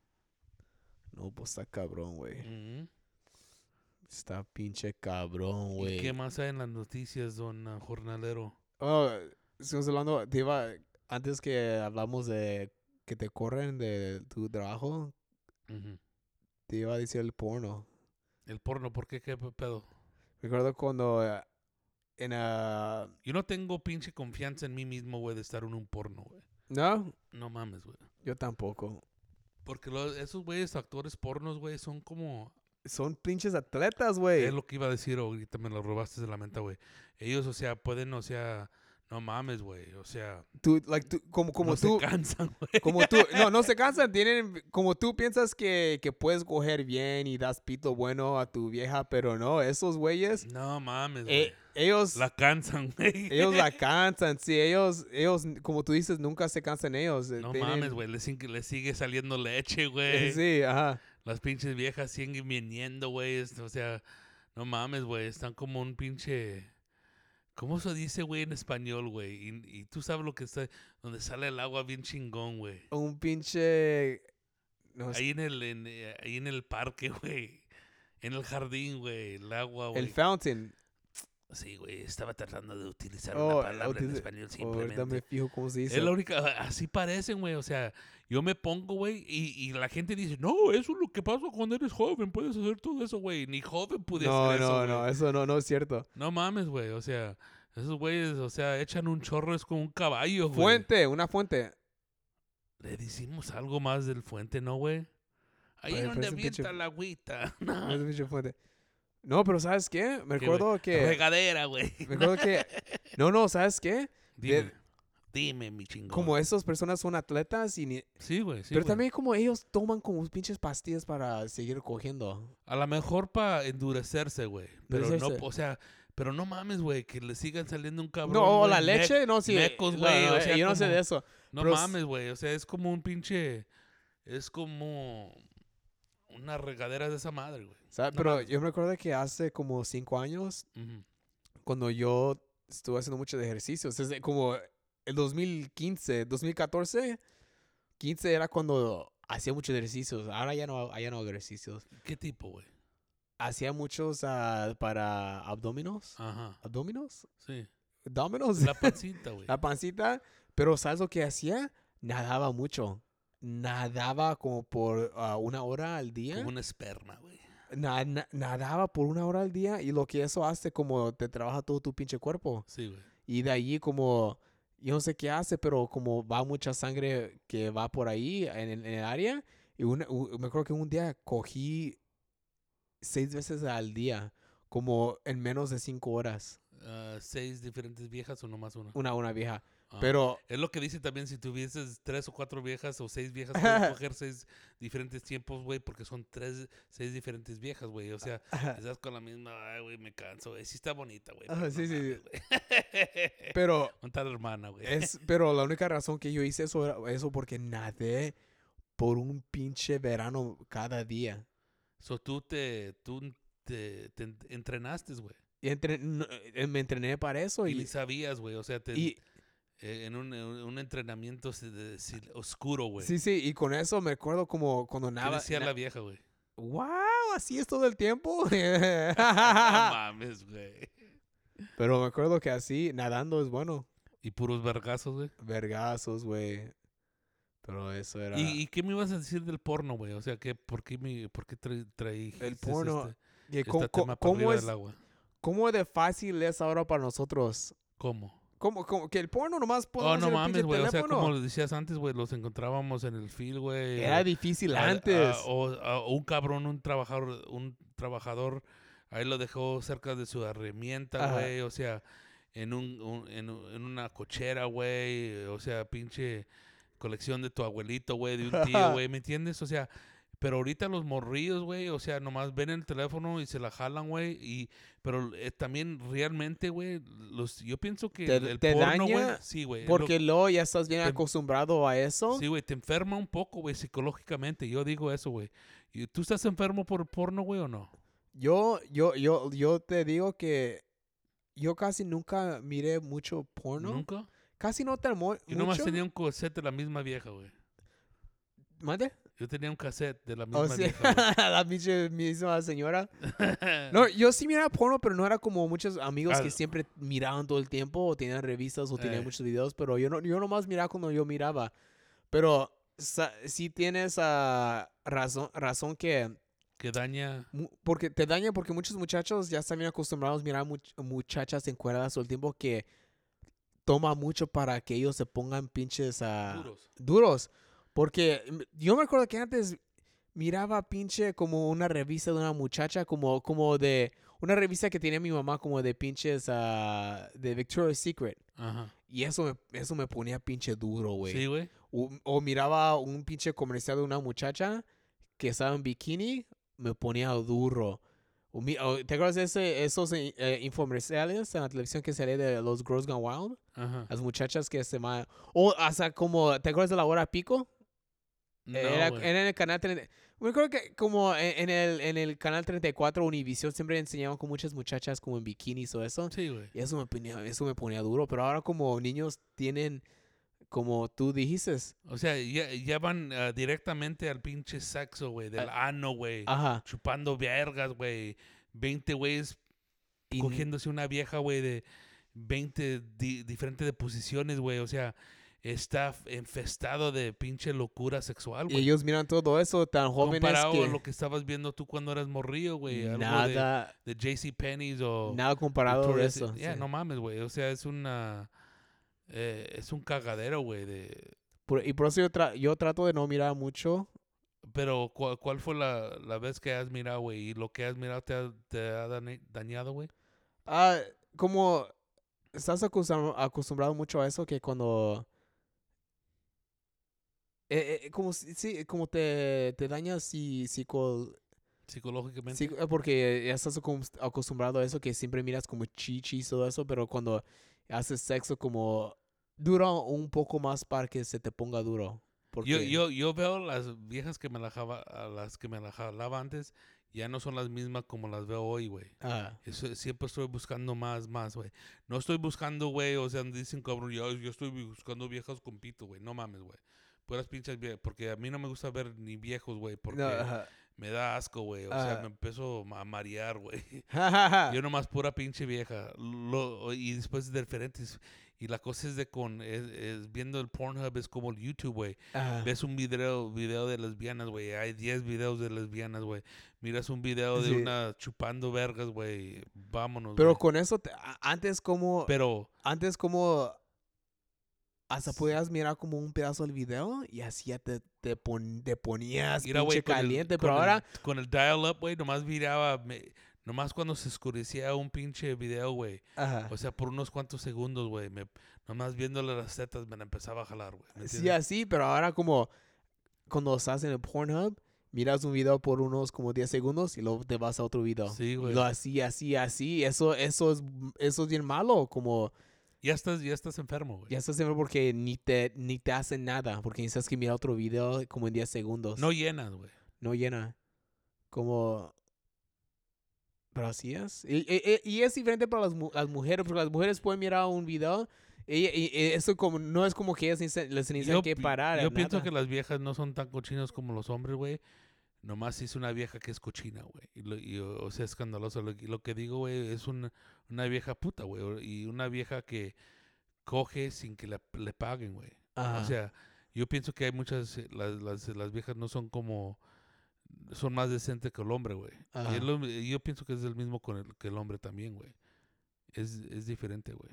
D: No, pues está cabrón, güey.
C: Ujú.
D: Está pinche cabrón,
C: ¿Y qué
D: güey.
C: más hay en las noticias, don ah, Jornalero?
D: Oh, estamos hablando, te iba, antes que hablamos de que te corren de tu trabajo,
C: Ujú.
D: te iba a decir el porno.
C: El porno, ¿por qué? ¿Qué pe- pedo?
D: Recuerdo cuando eh, en ah,
C: Yo no tengo pinche confianza en mí mismo, güey, de estar en un porno, güey.
D: No,
C: No mames, güey.
D: yo tampoco.
C: Porque lo- esos güeyes, actores pornos, güey, son como...
D: Son pinches atletas, güey.
C: oh, Es lo que iba a decir ahorita, me lo robaste de la mente, güey. Ellos, o sea, pueden, o sea, No mames, güey. O sea,
D: Tú, like, tú- como, como
C: no
D: tú,
C: se cansan, güey.
D: como tú, no, no se cansan, tienen, como tú piensas que, que puedes coger bien y das pito bueno a tu vieja, pero no, esos güeyes,
C: No mames, güey.
D: eh, ellos,
C: La cansan, güey.
D: ellos la cansan, sí, ellos, ellos, como tú dices, nunca se cansan ellos. eh,
C: No
D: tienen-
C: mames, güey. Le, sin- le sigue saliendo leche,
D: eh,
C: güey.
D: Sí, ajá.
C: Las pinches viejas siguen viniendo, güey. es- O sea, no mames, güey. Están como un pinche. ¿Cómo se dice, güey, en español, güey? Y, y tú sabes lo que está. Donde sale el agua bien chingón, güey.
D: Un pinche, no, es-
C: Ahí en el, en, eh, ahí en el parque, güey. En el jardín, güey. El agua, güey.
D: el fountain.
C: Sí, güey. Estaba tratando de utilizar
D: Oh,
C: una palabra en
D: utiliza-
C: español
D: Oh,
C: simplemente.
D: Ahorita me fijo cómo se dice.
C: Es la única, así parecen, güey. O sea, yo me pongo, güey, y, y la gente dice, no, eso es lo que pasa cuando eres joven, puedes hacer todo eso, güey. Ni joven pude
D: No,
C: hacer
D: no,
C: eso.
D: no,
C: güey.
D: eso no, no es cierto.
C: No mames, güey. O sea, esos güeyes, o sea, echan un chorro, es como un caballo, güey.
D: Fuente, una fuente.
C: Le decimos algo más del fuente, ¿no, güey? Ahí
D: Güey,
C: es donde
D: parece un pinche-
C: avienta la agüita.
D: No, es pinche fuente. No, pero ¿sabes qué? Me
C: ¿Qué, güey?
D: acuerdo que...
C: Regadera, güey.
D: Me acuerdo que... No, no, ¿sabes qué?
C: Dime,
D: de-
C: dime, mi chingón.
D: Como esas personas son atletas y... ni-
C: Sí, güey, sí,
D: pero
C: güey.
D: también como ellos toman como pinches pastillas para seguir cogiendo.
C: A lo mejor para endurecerse, güey. Pero no,
D: Endurecerse.
C: o sea, pero no mames, güey, que le sigan saliendo un cabrón.
D: no, o
C: güey,
D: la
C: nec-
D: leche, no, sí.
C: necos,
D: no,
C: güey,
D: no,
C: o
D: eh,
C: sea,
D: yo no sé
C: como-
D: de eso.
C: No
D: pero s-
C: mames, güey. O sea, es como un pinche. Es como una regadera de esa madre, güey.
D: ¿sabes?
C: no
D: pero
C: mames.
D: yo me acuerdo que hace como cinco años,
C: Ujú.
D: cuando yo estuve haciendo muchos ejercicios, desde como el 2015, 2014, 15 era cuando hacía muchos ejercicios. Ahora ya no, ya no hago ejercicios.
C: ¿Qué tipo, güey?
D: hacía muchos ah, para abdominos.
C: Ajá.
D: ¿Abdominos?
C: Sí.
D: ¿Abdominos?
C: La
D: La,
C: pancita, güey.
D: pancita. Pero ¿sabes lo que hacía? Nadaba mucho. Nadaba como por ah, una hora al día.
C: Como un esperma, güey.
D: Na- na- nadaba por una hora al día y lo que eso hace como te trabaja todo tu pinche cuerpo.
C: Sí, güey.
D: Y de ahí como, yo no sé qué hace, pero como va mucha sangre que va por ahí en, en el área. Y una- u- me acuerdo que un día cogí seis veces al día, como en menos de cinco horas,
C: Ah, ¿Seis diferentes viejas o nomás una?
D: una una vieja.
C: Ah.
D: Pero
C: Es lo que dice también, si tuvieses tres o cuatro viejas o seis viejas, puedes coger seis diferentes tiempos, güey, porque son tres, seis diferentes viejas, güey. O sea, estás con la misma, ay, güey, me canso, güey. Sí está bonita, güey.
D: Ajá,
C: pero
D: sí, sí, sí. Eh.
C: mames, güey.
D: Pero,
C: Monta la hermana, güey.
D: es, pero la única razón que yo hice eso era eso porque nadé por un pinche verano cada día.
C: So, tú te, tú te, te en- entrenaste, güey.
D: Y entre- no, eh, me entrené para eso.
C: Y
D: Y,
C: sabías, güey. O sea, te,
D: y-
C: eh, en un, en un entrenamiento se- de- sil- oscuro, güey.
D: sí, sí, y con eso me acuerdo como cuando
C: ¿Qué
D: nada.
C: decía la vieja, güey?
D: ¡Wow! Así es todo el tiempo.
C: No mames, güey.
D: Pero me acuerdo que así, nadando es bueno.
C: Y puros vergazos, güey.
D: Vergazos, güey. Pero eso era.
C: ¿Y, y qué me ibas a decir del porno, güey? O sea, que ¿por qué, me, por qué traí, trajiste
D: porno,
C: este,
D: que
C: este
D: co- co-
C: tema para
D: ¿cómo,
C: arriba
D: es,
C: del agua?
D: ¿Cómo de fácil es ahora para nosotros?
C: ¿Cómo?
D: ¿Cómo, cómo- que el porno nomás
C: Oh,
D: podemos
C: no
D: hacer el
C: mames,
D: pinche
C: güey. O sea,
D: teléfono?
C: como lo decías antes, güey, los encontrábamos en el field, güey.
D: Era
C: o-
D: difícil
C: a- a-
D: antes.
C: ah, o a- o un cabrón, un trabajador, un trabajador, ahí lo dejó cerca de su herramienta,
D: Ajá.
C: güey. O sea, en, un, un- en, un- en una cochera, güey. O sea, pinche colección de tu abuelito, güey, de un tío, güey. ¿Me entiendes? O sea, pero ahorita los morrillos, güey, o sea, nomás ven el teléfono y se la jalan, güey. Y, pero eh, también realmente, güey, los, yo pienso que
D: Te-
C: el, el
D: te
C: porno, güey,
D: daña
C: sí, güey. es eh, lo-
D: porque luego ya estás bien
C: Te-
D: acostumbrado a eso.
C: Sí, güey, te enferma un poco, güey, psicológicamente. Yo digo eso, güey. ¿Y ¿Tú estás enfermo por porno, güey, o no?
D: Yo, yo, yo, yo te digo que yo casi nunca miré mucho porno.
C: ¿Nunca?
D: Casi no te mo-
C: Yo nomás
D: mucho.
C: tenía un cassette de la misma vieja, güey.
D: ¿Mande?
C: Yo tenía un cassette de la misma
D: O sea,
C: vieja. güey.
D: la pinche misma señora. No, yo sí miraba porno, pero no era como muchos amigos
C: Eh. Ah.
D: que siempre miraban todo el tiempo o tenían revistas o tenían
C: Eh.
D: muchos videos, pero yo no, yo nomás miraba cuando yo miraba. Pero sa- sí tienes ah, razón, razón que
C: que daña.
D: Mu- Porque te daña porque muchos muchachos ya están bien acostumbrados a mirar much- muchachas encueradas todo el tiempo que toma mucho para que ellos se pongan pinches ah,
C: Duros.
D: duros. Porque mm, yo me acuerdo que antes miraba pinche como una revista de una muchacha, como, como de una revista que tenía mi mamá como de pinches ah, de Victoria's Secret.
C: Ajá.
D: Y eso me, eso me ponía pinche duro, güey.
C: Sí, güey.
D: O, o miraba un pinche comercial de una muchacha que estaba en bikini, me ponía duro. O mi- o- ¿Te acuerdas de ese- esos eh, eh, infomerciales en la televisión que salía de los Girls Gone Wild?
C: Ajá.
D: Las muchachas que se ma... O hasta como... ¿Te acuerdas de la hora pico? Eh,
C: No,
D: era,
C: güey.
D: era en el canal... 30 Me acuerdo que como en, en el, en el canal 34 Univision siempre enseñaban con muchas muchachas como en bikinis o eso.
C: Sí, güey.
D: Y eso me ponía, eso me ponía duro. Pero ahora como niños tienen... Como tú dijiste.
C: O sea, ya, ya van ah, directamente al pinche sexo, güey. Del
D: Ah.
C: ano, güey.
D: Ajá.
C: Chupando vergas, güey. 20 güeyes
D: Y-
C: cogiéndose una vieja, güey, de 20 di- diferentes de posiciones, güey. O sea, está f- infestado de pinche locura sexual,
D: Y
C: güey.
D: ellos miran todo eso tan jóvenes
C: Comparado
D: que
C: a lo que estabas viendo tú cuando eras morrillo, güey. algo de,
D: nada,
C: de JC Penney's o
D: nada comparado a
C: Victoria's
D: eso.
C: Secret. Ya,
D: sí.
C: no mames, güey. O sea, es una eh, es un cagadero, güey, de
D: Por- y por eso yo, tra- yo trato de no mirar mucho.
C: pero ¿cu- ¿cuál, fue la, la vez que has mirado, güey? ¿Y lo que has mirado te ha, te ha dane- dañado, güey?
D: Ah, como estás acusam- acostumbrado mucho a eso que cuando... Eh, eh, como si- sí, como te, te dañas si, psico,
C: Psicológicamente.
D: Sí, eh, porque ya estás acom- acostumbrado a eso, que siempre miras como chichis y todo eso, pero cuando haces sexo como dura un poco más para que se te ponga duro. Porque
C: Yo, yo, yo veo las viejas que me la jaba- a las que me la jalaba antes, ya no son las mismas como las veo hoy, güey.
D: Ah,
C: Eso- siempre estoy buscando más, más, güey. No estoy buscando, güey, o sea, dicen, cabrón, yo, yo estoy buscando viejas con pito, güey. No mames, güey. Puras pinches viejas, porque a mí no me gusta ver ni viejos, güey, porque
D: no, ajá.
C: me da asco, güey. O sea,
D: Ah.
C: me empiezo a marear, güey.
D: Ja, ja, ja.
C: Yo nomás pura pinche vieja. Lo- y después de diferentes. Y la cosa es de con, es, es viendo el Pornhub, es como el YouTube, güey.
D: Ah,
C: Ves un video, video de lesbianas, güey. Hay 10 videos de lesbianas, güey. Miras un video
D: Sí.
C: de una chupando vergas, güey. Vámonos.
D: Pero
C: güey.
D: con eso, te- a- antes como...
C: Pero,
D: antes como... Hasta podías mirar como un pedazo del video y así ya te, te, pon- te ponías
C: mira, güey.
D: pinche
C: con el-
D: caliente.
C: con
D: pero
C: el-
D: ahora...
C: con el dial-up, güey, nomás miraba. me- nomás cuando se oscurecía un pinche video, güey.
D: Ajá.
C: O sea, por unos cuantos segundos, güey. me- Nomás viéndole las tetas me la empezaba a jalar, güey. ¿me
D: Sí,
C: entiendes?
D: así, pero ahora como cuando estás en el Pornhub, miras un video por unos como 10 segundos y luego te vas a otro video.
C: Sí,
D: Y
C: güey.
D: Lo así, así, así. Eso, eso es, eso es bien malo. Como
C: Ya estás, ya estás enfermo, güey.
D: ya estás siempre porque ni te, ni te hacen nada. Porque necesitas que mirar otro video como en 10 segundos.
C: No llenas, güey.
D: No llena. Como... Pero así es. Y, y- y- y es diferente para las, mu- las mujeres, porque las mujeres pueden mirar un video y, y- y eso como, no es como que ellas necesitan- les necesitan
C: Yo
D: que
C: pi-
D: parar.
C: Yo pienso
D: nada.
C: que las viejas no son tan cochinas como los hombres, güey. Nomás es una vieja que es cochina, güey. Y, lo- y, o o sea, escandalosa. Lo, y lo que digo, güey, es un- una vieja puta, güey. o- Y una vieja que coge sin que la- le paguen, güey.
D: Ajá.
C: O sea, yo pienso que hay muchas, eh, las, las, las viejas no son como, son más decentes que el hombre, güey. Y
D: Ajá.
C: es lo- yo pienso que es el mismo con el, que el hombre también, güey. Es, es diferente, güey.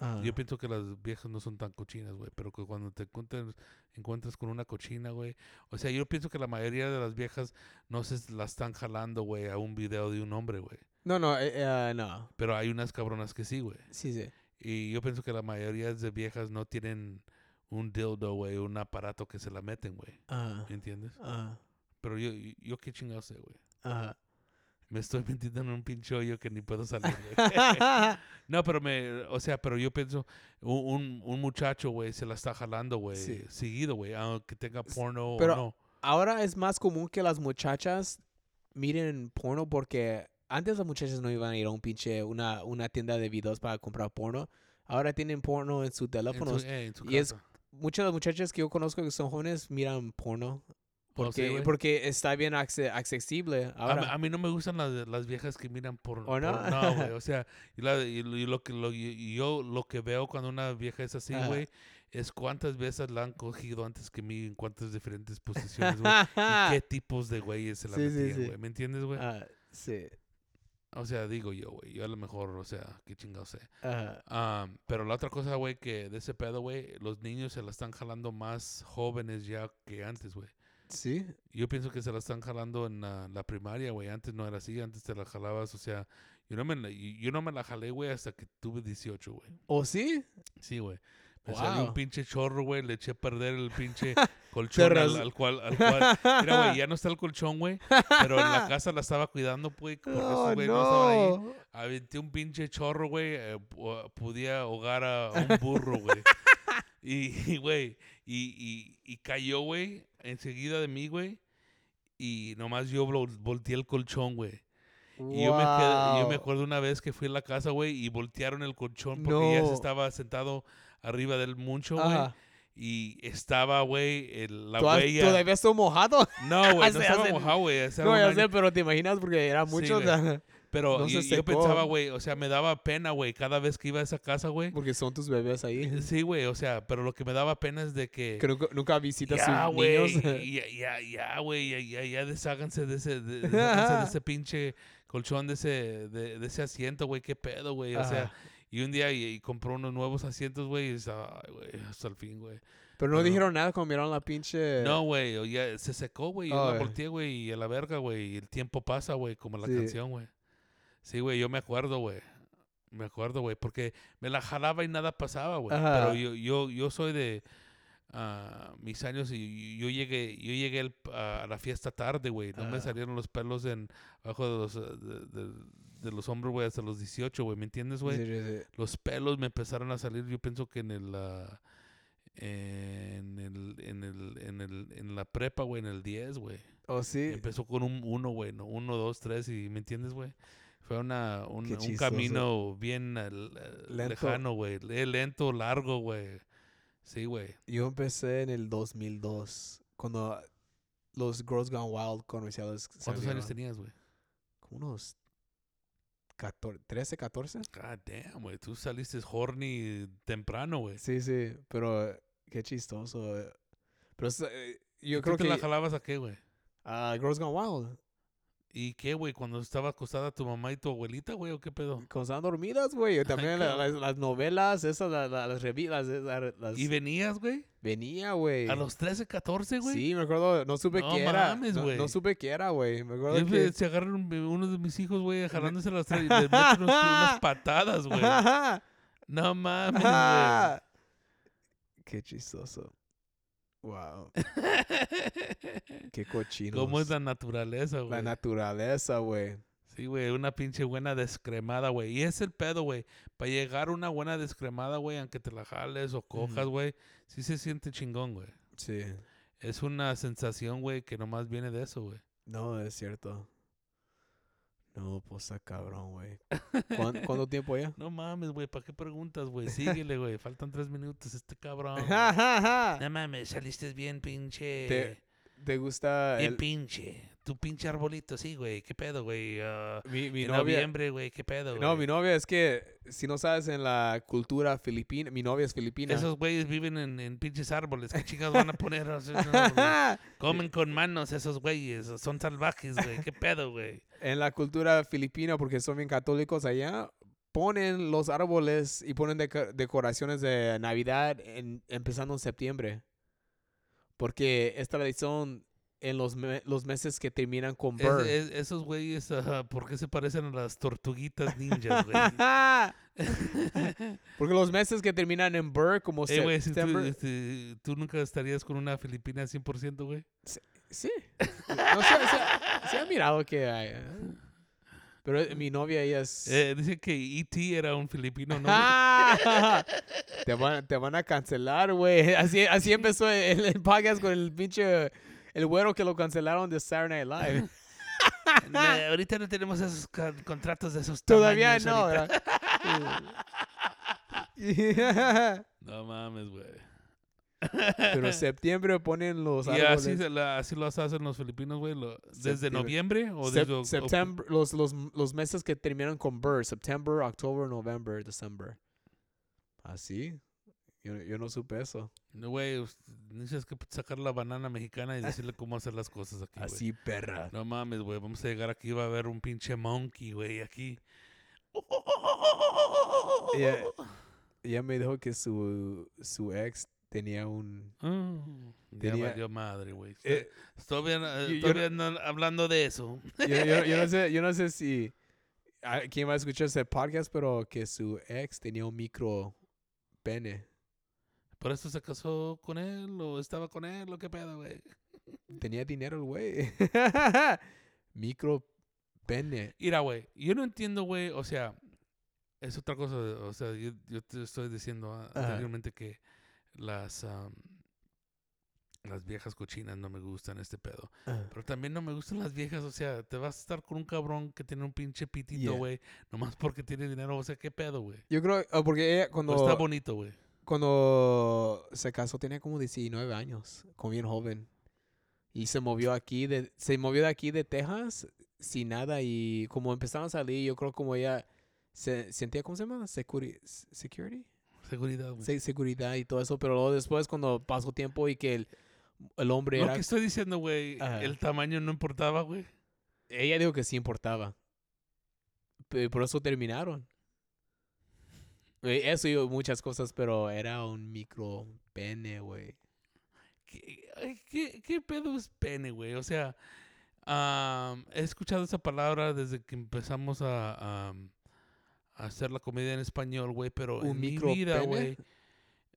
D: Ah.
C: Yo pienso que las viejas no son tan cochinas, güey, pero que cuando te encuentras, encuentras con una cochina, güey. O sea, yo pienso que la mayoría de las viejas no se la están jalando, güey, a un video de un hombre, güey.
D: No, no, eh, eh, no.
C: Pero hay unas cabronas que sí, güey.
D: Sí, sí.
C: Y yo pienso que la mayoría de viejas no tienen un dildo, güey, un aparato que se la meten, güey.
D: Ajá.
C: ¿Entiendes?
D: Ajá.
C: Pero yo, yo, yo qué chingado sé, güey.
D: Ajá.
C: Me estoy metiendo en un pinche hoyo que ni puedo salir, güey. No, pero me, o sea, pero yo pienso, un, un, un muchacho, güey, se la está jalando, güey,
D: Sí.
C: seguido, güey, aunque tenga porno
D: pero-
C: o no.
D: Ahora es más común que las muchachas miren porno porque antes las muchachas no iban a ir a un pinche, una, una tienda de videos para comprar porno. Ahora tienen porno en sus
C: En su-
D: teléfonos.
C: eh, en su
D: y es-
C: casa.
D: Muchas de las muchachas que yo conozco que son jóvenes miran porno
C: Oh, sí,
D: porque,
C: güey.
D: porque está bien acce- accesible
C: A,
D: ahora.
C: mí- a mí no me gustan las, las viejas que miran porno.
D: ¿O
C: porno,
D: no?
C: No, güey, o sea, y, la- y lo- y lo que, lo- y yo lo que veo cuando una vieja es así,
D: Ajá.
C: güey, es cuántas veces la han cogido antes que mí en cuántas diferentes posiciones, güey. y qué tipos de güeyes se la
D: Sí, sí,
C: metían,
D: sí.
C: güey, ¿me entiendes, güey?
D: Ah, sí.
C: O sea, digo yo, güey, yo a lo mejor, o sea, qué chingados sé.
D: Ajá.
C: Ah, pero la otra cosa, güey, que de ese pedo, güey, los niños se la están jalando más jóvenes ya que antes, güey.
D: Sí.
C: Yo pienso que se la están jalando en la, la primaria, güey. Antes no era así, antes te la jalabas, o sea, yo no me la, yo yo no me la jalé, güey, hasta que tuve 18, güey.
D: ¿O sí?
C: Sí, güey. Me salió un
D: Wow.
C: pinche chorro, güey. Le eché a perder el pinche colchón al,
D: ras-
C: al cual, al cual. Mira, güey, ya no está el colchón, güey. Pero en la casa la estaba cuidando, pues, güey. Porque
D: Oh,
C: esos güey no. estaban ahí. Aventé un pinche chorro, güey. eh, pu- ah, podía ahogar a un burro, güey. Y, y, güey, y, y, y cayó, güey, enseguida de mí, güey. Y nomás yo vol- volteé el colchón, güey. Y yo me, quedé- yo me
D: Wow.
C: acuerdo una vez que fui a la casa, güey, y voltearon el colchón porque ya se
D: No.
C: estaba sentado arriba del mucho, güey.
D: Ajá.
C: Y estaba, güey, el- la
D: ¿Tú has-
C: huella.
D: ¿Todavía estoy mojado?
C: No, güey, no
D: Hace-
C: estaba
D: hace-
C: mojado, güey. hace
D: No,
C: un
D: ya
C: año.
D: sé, pero te imaginas porque era
C: Sí,
D: mucho.
C: güey.
D: o sea,
C: Pero
D: no
C: yo,
D: se
C: yo
D: secó.
C: pensaba, güey, o sea, me daba pena, güey, cada vez que iba a esa casa, güey.
D: porque son tus bebés ahí.
C: Eh, Sí, güey, o sea, pero lo que me daba pena es de que...
D: Que nunca, nunca visitas
C: Ya,
D: sus
C: güey.
D: niños.
C: Ya, ya, ya, ah, güey. Ya, ya, ya, desháganse de ese, de, desháganse de ese pinche colchón, de ese, de, de ese asiento, güey. Qué pedo, güey. O sea,
D: Ajá.
C: y un día y, y compró unos nuevos asientos, güey. Y estaba, ay, güey, hasta el fin, güey.
D: Pero no
C: Pero-
D: dijeron nada cuando miraron la pinche.
C: No, güey. o Ya se secó, güey. Yo la
D: Ay.
C: volteé, güey. Y a la verga, güey. Y el tiempo pasa, güey. Como la
D: Sí.
C: canción, güey. Sí, güey. Yo me acuerdo, güey. Me acuerdo, güey. Porque me la jalaba y nada pasaba, güey. Pero
D: Ajá.
C: yo, yo, yo soy de... ah, mis años y yo llegué yo llegué al- a la fiesta tarde güey no me
D: Ah.
C: salieron los pelos en abajo de los eh, de, de- de los hombros güey hasta los 18 güey me entiendes güey
D: Sí, sí, sí.
C: los pelos me empezaron a salir, yo pienso que en el... ah, en, el, en, el, en, el, en la prepa, güey, en el 10, güey.
D: ¿O oh, sí?
C: Empezó con un 1, güey, ¿no? 1, 2, 3, y ¿me entiendes, güey? Fue una, un,
D: Qué
C: un
D: chistoso.
C: camino bien ah, l- ah,
D: Lento.
C: lejano, güey. Eh, Lento, largo, güey. Sí, güey.
D: Yo empecé en el 2002, cuando los Girls Gone Wild comerciales.
C: ¿Cuántos años
D: salieron.
C: tenías, güey?
D: Como unos 14, 13, 14.
C: God damn, güey. Tú saliste horny temprano, güey.
D: Sí, sí, pero eh, qué chistoso. eh. Pero es, eh, yo
C: ¿Tú
D: creo
C: te
D: que
C: la jalabas a qué, güey?
D: ah, Girls Gone Wild,
C: ¿Y qué, güey? ¿Cuando estaba acostada tu mamá y tu abuelita, güey? ¿O qué pedo?
D: cuando estaban dormidas, güey. o También la-
C: cabrón.
D: las, las novelas, esas, la- la- las revistas, las,
C: ¿Y venías, güey?
D: venía, güey.
C: A los 13, 14, güey.
D: Sí, me acuerdo, no supe
C: No
D: qué era.
C: mames,
D: no,
C: güey.
D: no supe qué era, güey. Me acuerdo
C: Yo,
D: que...
C: Se agarran un- uno de mis hijos, güey, jalándose las tres y les meten unos- unas patadas, güey. No mames, güey.
D: Ajá. Qué chistoso. Wow. Qué cochino.
C: ¿Cómo es la naturaleza, güey?
D: naturaleza, güey?
C: sí, güey, una pinche buena descremada, güey. Y es el pedo, güey. Para llegar a una buena descremada, güey, aunque te la jales o cojas, güey, sí se siente chingón, güey.
D: Sí.
C: Es una sensación, güey, que nomás viene de eso, güey.
D: No, es cierto. No, pues está cabrón, güey. ¿Cuán- ¿Cuánto tiempo ya?
C: No mames, güey, ¿para qué preguntas, güey? Síguele, güey. Faltan tres minutos, este cabrón. güey. No mames, saliste bien pinche.
D: Te- ¿Te gusta
C: Bien
D: el,
C: pinche. Tu pinche arbolito, sí, güey. ¿Qué pedo, güey? Ah,
D: mi, mi
C: en
D: novia?
C: noviembre, güey. ¿Qué pedo,
D: No, mi
C: güey?
D: novia es que, si no sabes, en la cultura filipina, mi novia es filipina.
C: Esos güeyes viven en, en pinches árboles. ¿Qué chingados van a poner? O sea, no, güey. Comen con manos esos güeyes. Son salvajes, güey. ¿Qué pedo, güey?
D: en la cultura filipina, porque son bien católicos allá, ponen los árboles y ponen deco- decoraciones de Navidad en- empezando en septiembre. Porque es tradición en los, me- los meses que terminan con
C: Es-
D: birth.
C: es- esos güeyes, ah, ¿por qué se parecen a las tortuguitas ninjas, güey?
D: porque los meses que terminan en birth, como
C: Eh, güey, si tú,
D: septiembre.
C: este, tú nunca estarías con una filipina 100%, güey.
D: Sí. No sé, se, ha- se ha mirado que hay. ¿eh? Pero eh, mi novia, ella es.
C: Eh, dicen que E.T. era un filipino, ¿no? güey?
D: Ah, te, van, te van a cancelar, güey. Así, así empezó el, el podcast con el pinche. El güero que lo cancelaron de Saturday Night Live.
C: No, ahorita no tenemos esos ca- contratos de esos
D: Ah. Todavía
C: tamaños
D: no,
C: ahorita.
D: ¿verdad?
C: No mames, güey.
D: Pero en septiembre ponen los
C: y
D: árboles.
C: así, se la- así los hacen los filipinos, güey. lo- ¿Desde
D: Septiembre.
C: noviembre o
D: Sep-
C: desde oc-
D: septiembre- los, los, los meses que terminan con Burr. September, October, November, December. Así. Yo, yo no supe eso.
C: No, Güey, us- necesitas que sacar la banana mexicana y decirle cómo hacer las cosas aquí, güey.
D: Ah. Así, perra.
C: No mames, güey. Vamos a llegar aquí va a haber un pinche monkey, güey, aquí.
D: eh, Ella, ella me dijo que su, su ex tenía un...
C: Mm, ya
D: Tenía-
C: valió madre, güey. Está-
D: Eh,
C: todavía, eh,
D: yo- yo
C: todavía no- hablando de eso.
D: yo, yo- yo no sé, yo no sé si... a- ¿Quién va a escuchar este podcast? Pero que su ex tenía un micro pene.
C: ¿Por eso se casó con él o estaba con él o qué pedo, güey?
D: Tenía dinero el güey. micro pene.
C: Mira, güey, yo no entiendo, güey, o sea, es otra cosa, o sea, yo, yo te estoy diciendo ah,
D: Ajá.
C: anteriormente que las am, las viejas cochinas no me gustan este pedo, pero también no me gustan las viejas, o sea, te vas a estar con un cabrón que tiene un pinche pitito,
D: Yeah.
C: güey, nomás porque tiene dinero, o sea, qué pedo, güey.
D: Yo creo, ah, porque ella
C: O está
D: cuando,
C: bonito, güey.
D: cuando se casó tenía como 19 años, como bien joven. Y se movió aquí, de, se movió de aquí de Texas sin nada y como empezaron a salir, yo creo como ella se sentía, ¿cómo se llama? Securi- s- security.
C: Seguridad, güey.
D: Se- seguridad y todo eso, pero luego después cuando pasó tiempo y que el, el hombre
C: Lo
D: era...
C: que estoy diciendo, güey,
D: Ajá.
C: el tamaño no importaba, güey.
D: Ella dijo que sí importaba. Pe- Por eso terminaron. Eh, Eso y muchas cosas, pero era un micro pene, güey.
C: ¿Qué, ay, qué- qué pedo es pene, güey? O sea, am, he escuchado esa palabra desde que empezamos a, am, a hacer la comedia en español, güey, pero
D: ¿Un
C: en mi
D: micro
C: vida,
D: pene?
C: güey,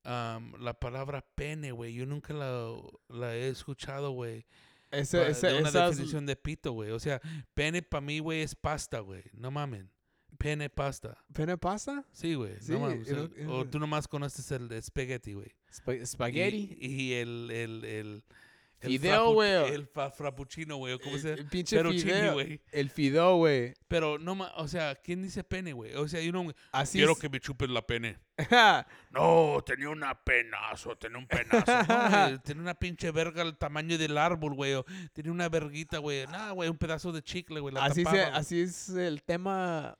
C: am, la palabra pene, güey, yo nunca la, la he escuchado, güey.
D: Ese,
C: pa-
D: ese-
C: de una
D: esas-
C: definición de pito, güey. O sea, pene para mí, güey, es pasta, güey. No mamen. Pene pasta.
D: ¿Pene pasa?
C: Sí, güey.
D: Sí,
C: no mames.
D: era-
C: O, sea, o
D: era-
C: tú nomás conoces el espagueti, güey. Y-
D: spaghetti.
C: Y, el, el, el, el
D: Fideo,
C: frappu-
D: güey.
C: El fa- frappuccino, güey. o ¿Cómo se
D: El,
C: llama?
D: el pinche
C: Pero chini,
D: fideo.
C: güey.
D: El fideo, güey.
C: Pero no ma- o sea, ¿quién dice pene, güey? O sea, yo no.
D: Así
C: Quiero
D: es-
C: que me chupen la pene.
E: No, tenía una penazo, tenía un penazo.
C: No, güey, tiene una pinche verga al tamaño del árbol, güey. o Tiene una verguita, güey. Nada, güey, un pedazo de chicle, güey. La
D: así, se-
C: tapaba, güey.
D: así es el tema...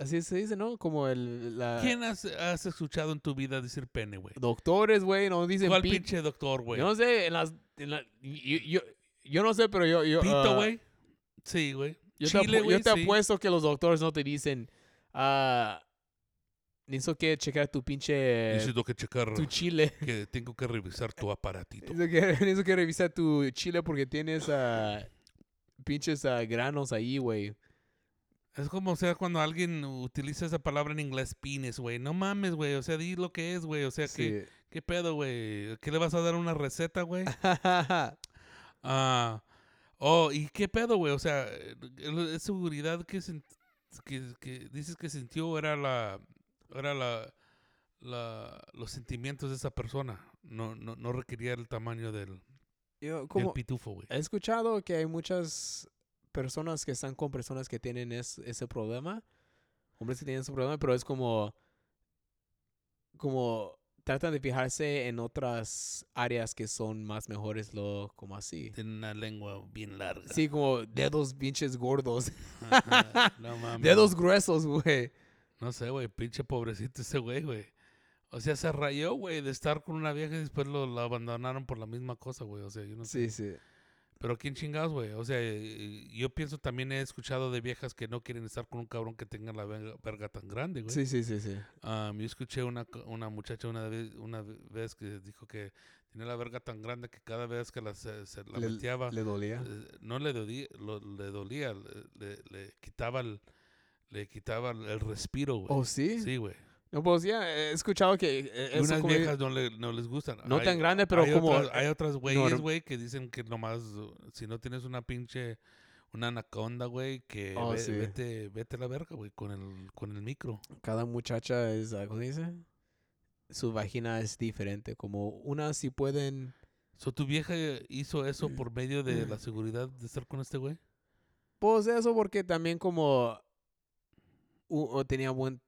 D: Así se dice, ¿no? Como el... La...
C: ¿Quién has, has escuchado en tu vida decir pene, güey?
D: Doctores, güey, no dicen
C: ¿Cuál
D: pin-
C: pinche doctor, güey?
D: Yo no sé, en las... en la- yo, yo, yo no sé, pero yo... yo ah,
C: ¿Pito, güey? sí, güey.
D: Yo te,
C: Chile,
D: apu- yo
C: güey,
D: te
C: sí.
D: apuesto que los doctores no te dicen... ah, Necesito que checar tu pinche...
C: Necesito que checar
D: Tu chile.
C: que tengo que revisar tu aparatito.
D: Necesito que, necesito que revisar tu chile porque tienes ah, pinches ah, granos ahí, güey.
C: Es como, o sea, cuando alguien utiliza esa palabra en inglés, pines, güey. No mames, güey. O sea, di lo que es, güey. O sea, ¿qué,
D: Sí.
C: qué pedo, güey? ¿Qué le vas a dar una receta, güey? Ah. Oh, ¿y qué pedo, güey? O sea, el- ¿es seguridad que, sen- que, que dices que sintió era la... Era la, la- los sentimientos de esa persona. No, no, no requería el tamaño del,
D: Yo
C: del
D: como
C: pitufo, güey.
D: he escuchado que hay muchas personas que están con personas que tienen es- ese problema. Hombres que tienen ese problema, pero es como... Como tratan de fijarse en otras áreas que son más mejores, lo como así.
C: Tiene una lengua bien larga.
D: Sí, como dedos pinches gordos.
C: no mames.
D: Dedos gruesos, güey.
C: No sé, güey, pinche pobrecito ese güey, güey. O sea, se rayó, güey, de estar con una vieja y después lo, la abandonaron por la misma cosa, güey. O sea, yo no sé.
D: Sí, sí.
C: Pero quién chingados, güey. O sea, eh, yo pienso también he escuchado de viejas que no quieren estar con un cabrón que tenga la verga, verga tan grande, güey.
D: Sí, sí, sí, sí.
C: Am, yo escuché una, co- una muchacha una vez, una ve- vez que dijo que tenía la verga tan grande que cada vez que la, se, se la
D: Le-
C: volteaba,
D: Le dolía.
C: eh, no le dolía, lo- le dolía, le, le- le quitaba el, le quitaba el, el respiro, güey.
D: ¿Oh, sí?
C: pues, Sí, güey.
D: No, pues ya, he escuchado que eh,
C: Y
D: eso
C: unas
D: como di-
C: viejas no, le- no les gustan.
D: no
C: Hay-
D: tan grande, pero
C: hay
D: como...
C: Otras, hay otras güeyes,
D: norm-
C: güey, que dicen que nomás... uh, Si no tienes una pinche... Una anaconda, güey, que
D: Oh,
C: ve-
D: sí.
C: vete, vete a la verga, güey, con el, con el micro.
D: cada muchacha es, ah, ¿cómo se dice? Su vagina es diferente. Como unas sí pueden...
C: So, ¿Tu vieja hizo eso por medio de la seguridad de estar con este güey?
D: Pues eso porque también como... u- o tenía buen,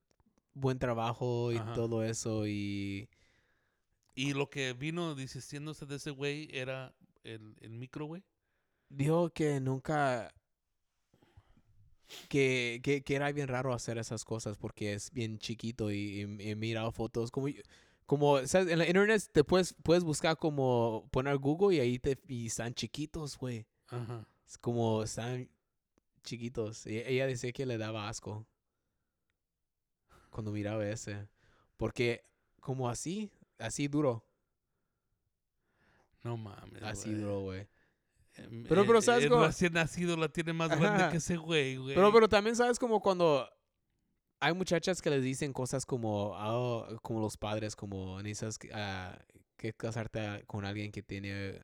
D: buen trabajo y
C: Ajá.
D: todo eso y...
C: Y lo que vino desistiéndose de ese güey era el, el micro, güey.
D: Dijo que nunca... Que, que, que era bien raro hacer esas cosas porque es bien chiquito y, y, y mira fotos. Como, yo- como ¿sabes? en la internet te puedes, puedes buscar como poner Google y ahí te, y están chiquitos, güey.
C: Ajá.
D: Es como están chiquitos. E- ella decía que le daba asco cuando miraba ese. Porque como así, así duro.
C: No mames.
D: Así
C: Ah, güey.
D: duro, güey.
C: Em,
D: Ah, Pero-
C: eh,
D: pero ¿sabes
C: el
D: cómo?
C: recién nacido la tiene más grande
D: Ajá.
C: que ese güey, güey.
D: Pero, pero también sabes como cuando hay muchachas que les dicen cosas como, "Ah, como los padres, como necesitas que- ah, que casarte con alguien que tiene,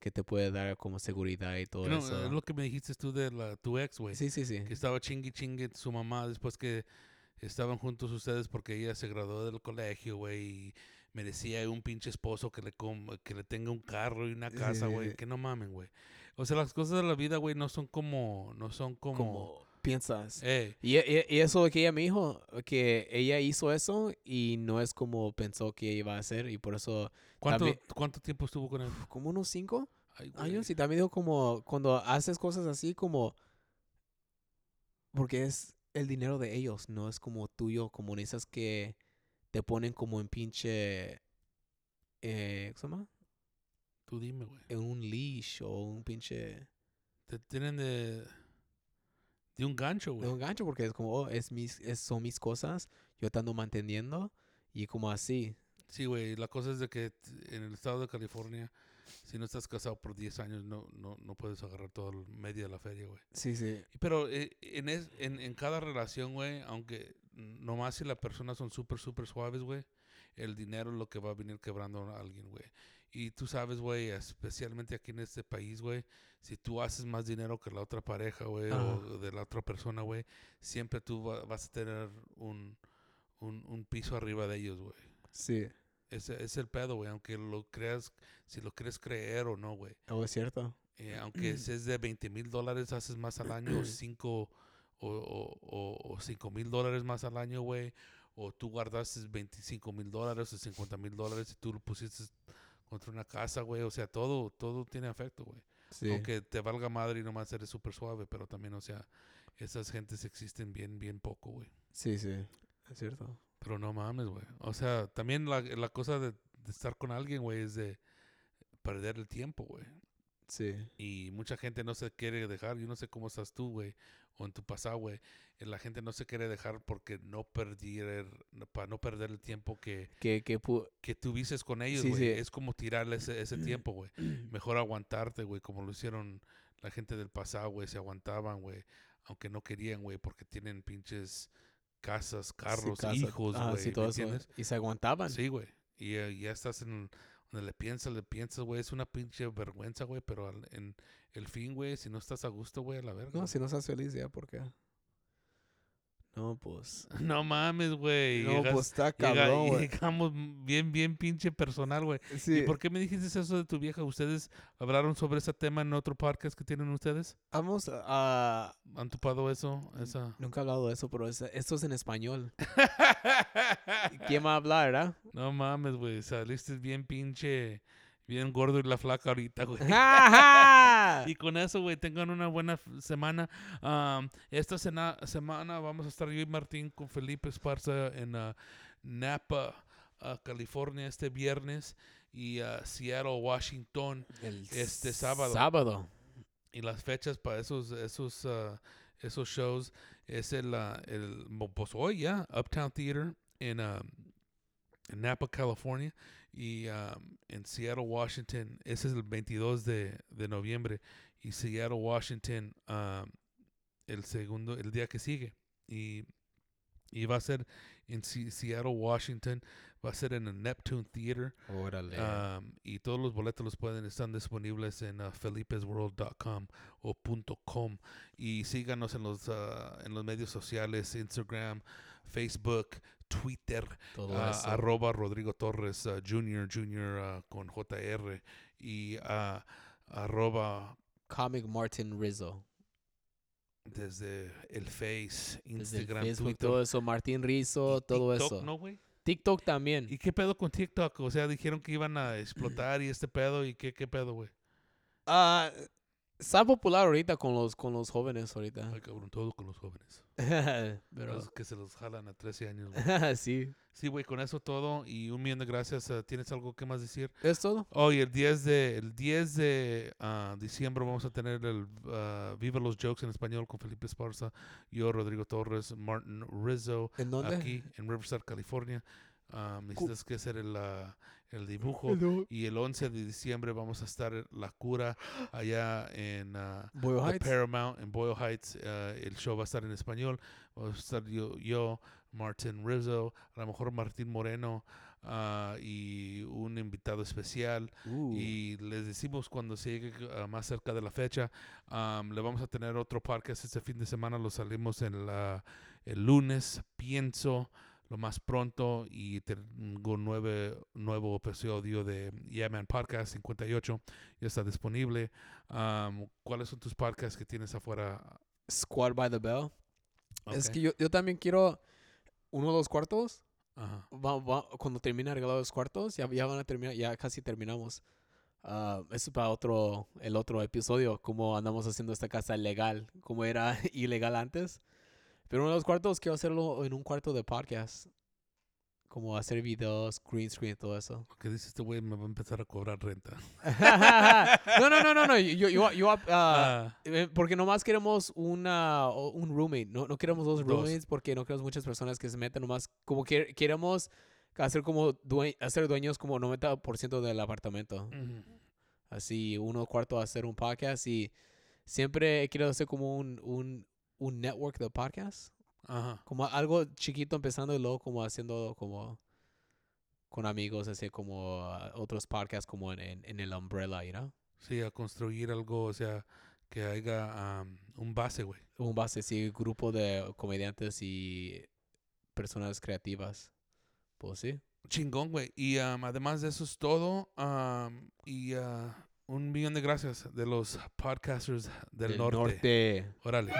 D: que te puede dar como seguridad y todo
C: No,
D: eso.
C: es eh, lo que me dijiste tú de la, tu ex, güey.
D: Sí, sí, sí.
C: Que estaba chingue chingue su mamá después que estaban juntos ustedes porque ella se graduó del colegio, güey. Y merecía un pinche esposo que le, com- que le tenga un carro y una
D: Sí,
C: casa,
D: sí,
C: güey.
D: sí.
C: Que no mamen, güey. O sea, las cosas de la vida, güey, no son como... No son como...
D: Como piensas.
C: Eh,
D: Y, e- e- y eso que ella me dijo, que ella hizo eso y no es como pensó que iba a hacer y por eso,
C: ¿cuánto,
D: También-
C: ¿Cuánto tiempo estuvo con él?
D: como unos cinco
C: Ay, güey.
D: años y también dijo como, cuando haces cosas así como, porque es el dinero de ellos, no es como tuyo, como en esas que te ponen como en pinche, eh, ¿cómo se llama?
C: Tú dime, güey.
D: En un leash o un pinche,
C: Te tienen de... De un gancho,
D: de
C: güey.
D: un gancho porque es como, oh, es mis, es- son mis cosas, yo te ando manteniendo y como así.
C: Sí, güey, la cosa es de que t- en el estado de California, si no estás casado por 10 años, no, no, no puedes agarrar toda la media de la feria, güey.
D: Sí, sí.
C: Y Pero eh, en, es- en, en cada relación, güey, aunque n- nomás si las personas son súper, súper suaves, güey, el dinero es lo que va a venir quebrando a alguien, güey. Y tú sabes, güey, especialmente aquí en este país, güey, si tú haces más dinero que la otra pareja, güey,
D: Ajá.
C: o de la otra persona, güey, siempre tú va- vas a tener un, un, un piso arriba de ellos, güey.
D: Sí.
C: Ese es el pedo, güey. Aunque lo creas, si lo crees creer o no, güey.
D: Oh, es cierto.
C: Eh, aunque seas de 20 mil dólares, haces más al año, o 5 o, o, o- o 5 mil dólares más al año, güey. O tú guardaste 25 mil dólares o 50 mil dólares y tú lo pusiste contra una casa, güey. O sea, todo, todo tiene afecto, güey.
D: Sí.
C: Aunque te valga madre y nomás eres súper suave, pero también, o sea, esas gentes existen bien, bien poco, güey.
D: Sí, sí. Es cierto.
C: Pero no mames, güey. O sea, también la, la cosa de, de estar con alguien, güey, es de perder el tiempo, güey.
D: Sí.
C: Y mucha gente no se quiere dejar. Yo no sé cómo estás tú, güey, o en tu pasado, güey. Eh, La gente no se quiere dejar porque no perder, para no perder el tiempo que,
D: Que, que pu-
C: que tuvieses con ellos,
D: Sí, Mm.
C: güey.
D: sí.
C: Es como tirarle ese, ese tiempo, güey. Mejor aguantarte, güey, como lo hicieron la gente del pasado, güey. Se aguantaban, güey. Aunque no querían, güey, porque tienen pinches casas, carros,
D: casa-
C: hijos,
D: Ajá,
C: güey.
D: sí,
C: ¿me
D: todo eso. eh.
C: entiendes?
D: Y se aguantaban.
C: Sí, güey. Y eh, ya estás en donde le piensas, le piensas, güey. Es una pinche vergüenza, güey. Pero al- en el fin, güey, si no estás a gusto, güey, a la verga.
D: No,
C: güey.
D: si no estás feliz ya, ¿por qué? No, pues.
C: No mames, güey.
D: No,
C: llegas-
D: pues está
C: llega-
D: cabrón, güey.
C: Llegamos bien, bien pinche personal, güey.
D: Sí.
C: ¿Y por qué me dijiste eso de tu vieja? ¿Ustedes hablaron sobre ese tema en otro podcast que tienen ustedes?
D: Vamos a...
C: ¿Han topado eso? Esa...
D: Nunca he hablado de eso, pero es- esto es en español. ¿Quién va a hablar, verdad?
C: No mames, güey. Saliste bien pinche, bien gordo y la flaca ahorita, güey.
D: ah?
C: Y con eso, güey, tengan una buena f- semana. Am, esta sena- semana vamos a estar yo y Martín con Felipe Esparza en ah, Napa, ah, California, este viernes. Y ah, Seattle, Washington.
D: El
C: Este sábado.
D: Sábado.
C: Y las fechas para esos, esos, ah, esos shows es el, ah, el mo- pues hoy, ya, Uptown Theater en, ah, en Napa, California. Y ah, en Seattle, Washington. Ese es el 22 de, de noviembre. Y Seattle, Washington, ah, el segundo, el día que sigue. Y, y va a ser en Se- Seattle, Washington. Va a ser en el Neptune Theater.
D: Órale.
C: Um, y todos los boletos los pueden están disponibles en uh, felipesworld.com o punto .com y síganos en los ah, en los medios sociales Instagram, Facebook, Twitter,
D: todo
C: ah,
D: eso.
C: arroba Rodrigo Torres ah, Junior Junior ah, con JR y ah, arroba
D: Comic Martin Rizzo.
C: desde el Face,
D: Desde el
C: Instagram,
D: Facebook,
C: Twitter,
D: todo eso. Martín Rizzo,
C: y
D: todo
C: TikTok,
D: eso.
C: ¿no, güey?
D: TikTok también.
C: ¿Y qué pedo con TikTok? O sea, dijeron que iban a explotar y este pedo y qué qué pedo, güey.
D: Ah, está popular ahorita con los con los jóvenes ahorita.
C: Ay, cabrón, todo con los jóvenes.
D: Pero
C: Los que se los jalan a 13 años. güey.
D: sí,
C: Sí, güey, con eso todo y un millón de gracias. ah, ¿Tienes algo que más decir?
D: es todo.
C: Hoy, el 10 de, el 10 de ah, diciembre, vamos a tener el ah, Viva los Jokes en español con Felipe Esparza, yo, Rodrigo Torres, Martin Rizzo,
D: ¿En dónde?
C: aquí en Riverside, California. Ah, necesitas que hacer el, ah, el dibujo. Y el 11 de diciembre vamos a estar en La Cura allá en ah,
D: Boyle
C: The
D: Heights.
C: Paramount en Boyle Heights. ah, el show va a estar en español. Va a estar yo, yo, Martin Rizzo, a lo mejor Martín Moreno ah, y un invitado especial.
D: Uh,
C: Y les decimos cuando se llegue ah, más cerca de la fecha. am, le vamos a tener otro podcast este fin de semana. Lo salimos en la- el lunes, pienso, lo más pronto. Y tengo nueve, nuevo episodio de Yeah Man Podcast 58. Ya está disponible. Am, ¿Cuáles son tus podcasts que tienes afuera?
D: Squad by the Bell. Es
C: Ok,
D: que yo, yo también quiero uno de los cuartos.
C: ajá.
D: va- va- cuando termine arreglado los cuartos, ya, ya van a terminar, ya casi terminamos. Ah, eso para otro, el otro episodio, cómo andamos haciendo esta casa legal, como era ilegal antes. Pero uno de los cuartos quiero hacerlo en un cuarto de podcast. Como hacer videos, green screen, todo eso.
C: ¿Qué dice este güey? Me va a empezar a cobrar renta.
D: no, no, no, no, no. Yo, yo, yo, ah,
C: Ah,
D: eh, Porque nomás queremos una, o- un roommate, no, no queremos dos
C: Dos.
D: roommates porque no queremos muchas personas que se metan nomás, como que queremos hacer como due- hacer dueños como 90% del apartamento.
C: ujú.
D: Así, uno cuarto hacer un podcast y siempre he querido hacer como un, un, un network de podcasts,
C: Ajá.
D: como algo chiquito empezando y luego como haciendo como con amigos, así como ah, otros podcasts como en, en, en el umbrella, you know?
C: Sí, a construir algo, o sea, que haya am, un base, güey.
D: un base, sí, grupo de comediantes y personas creativas. Pues sí.
C: Chingón, güey. Y um, además de eso es todo. um, y uh, un millón de gracias de los podcasters del, norte. Órale.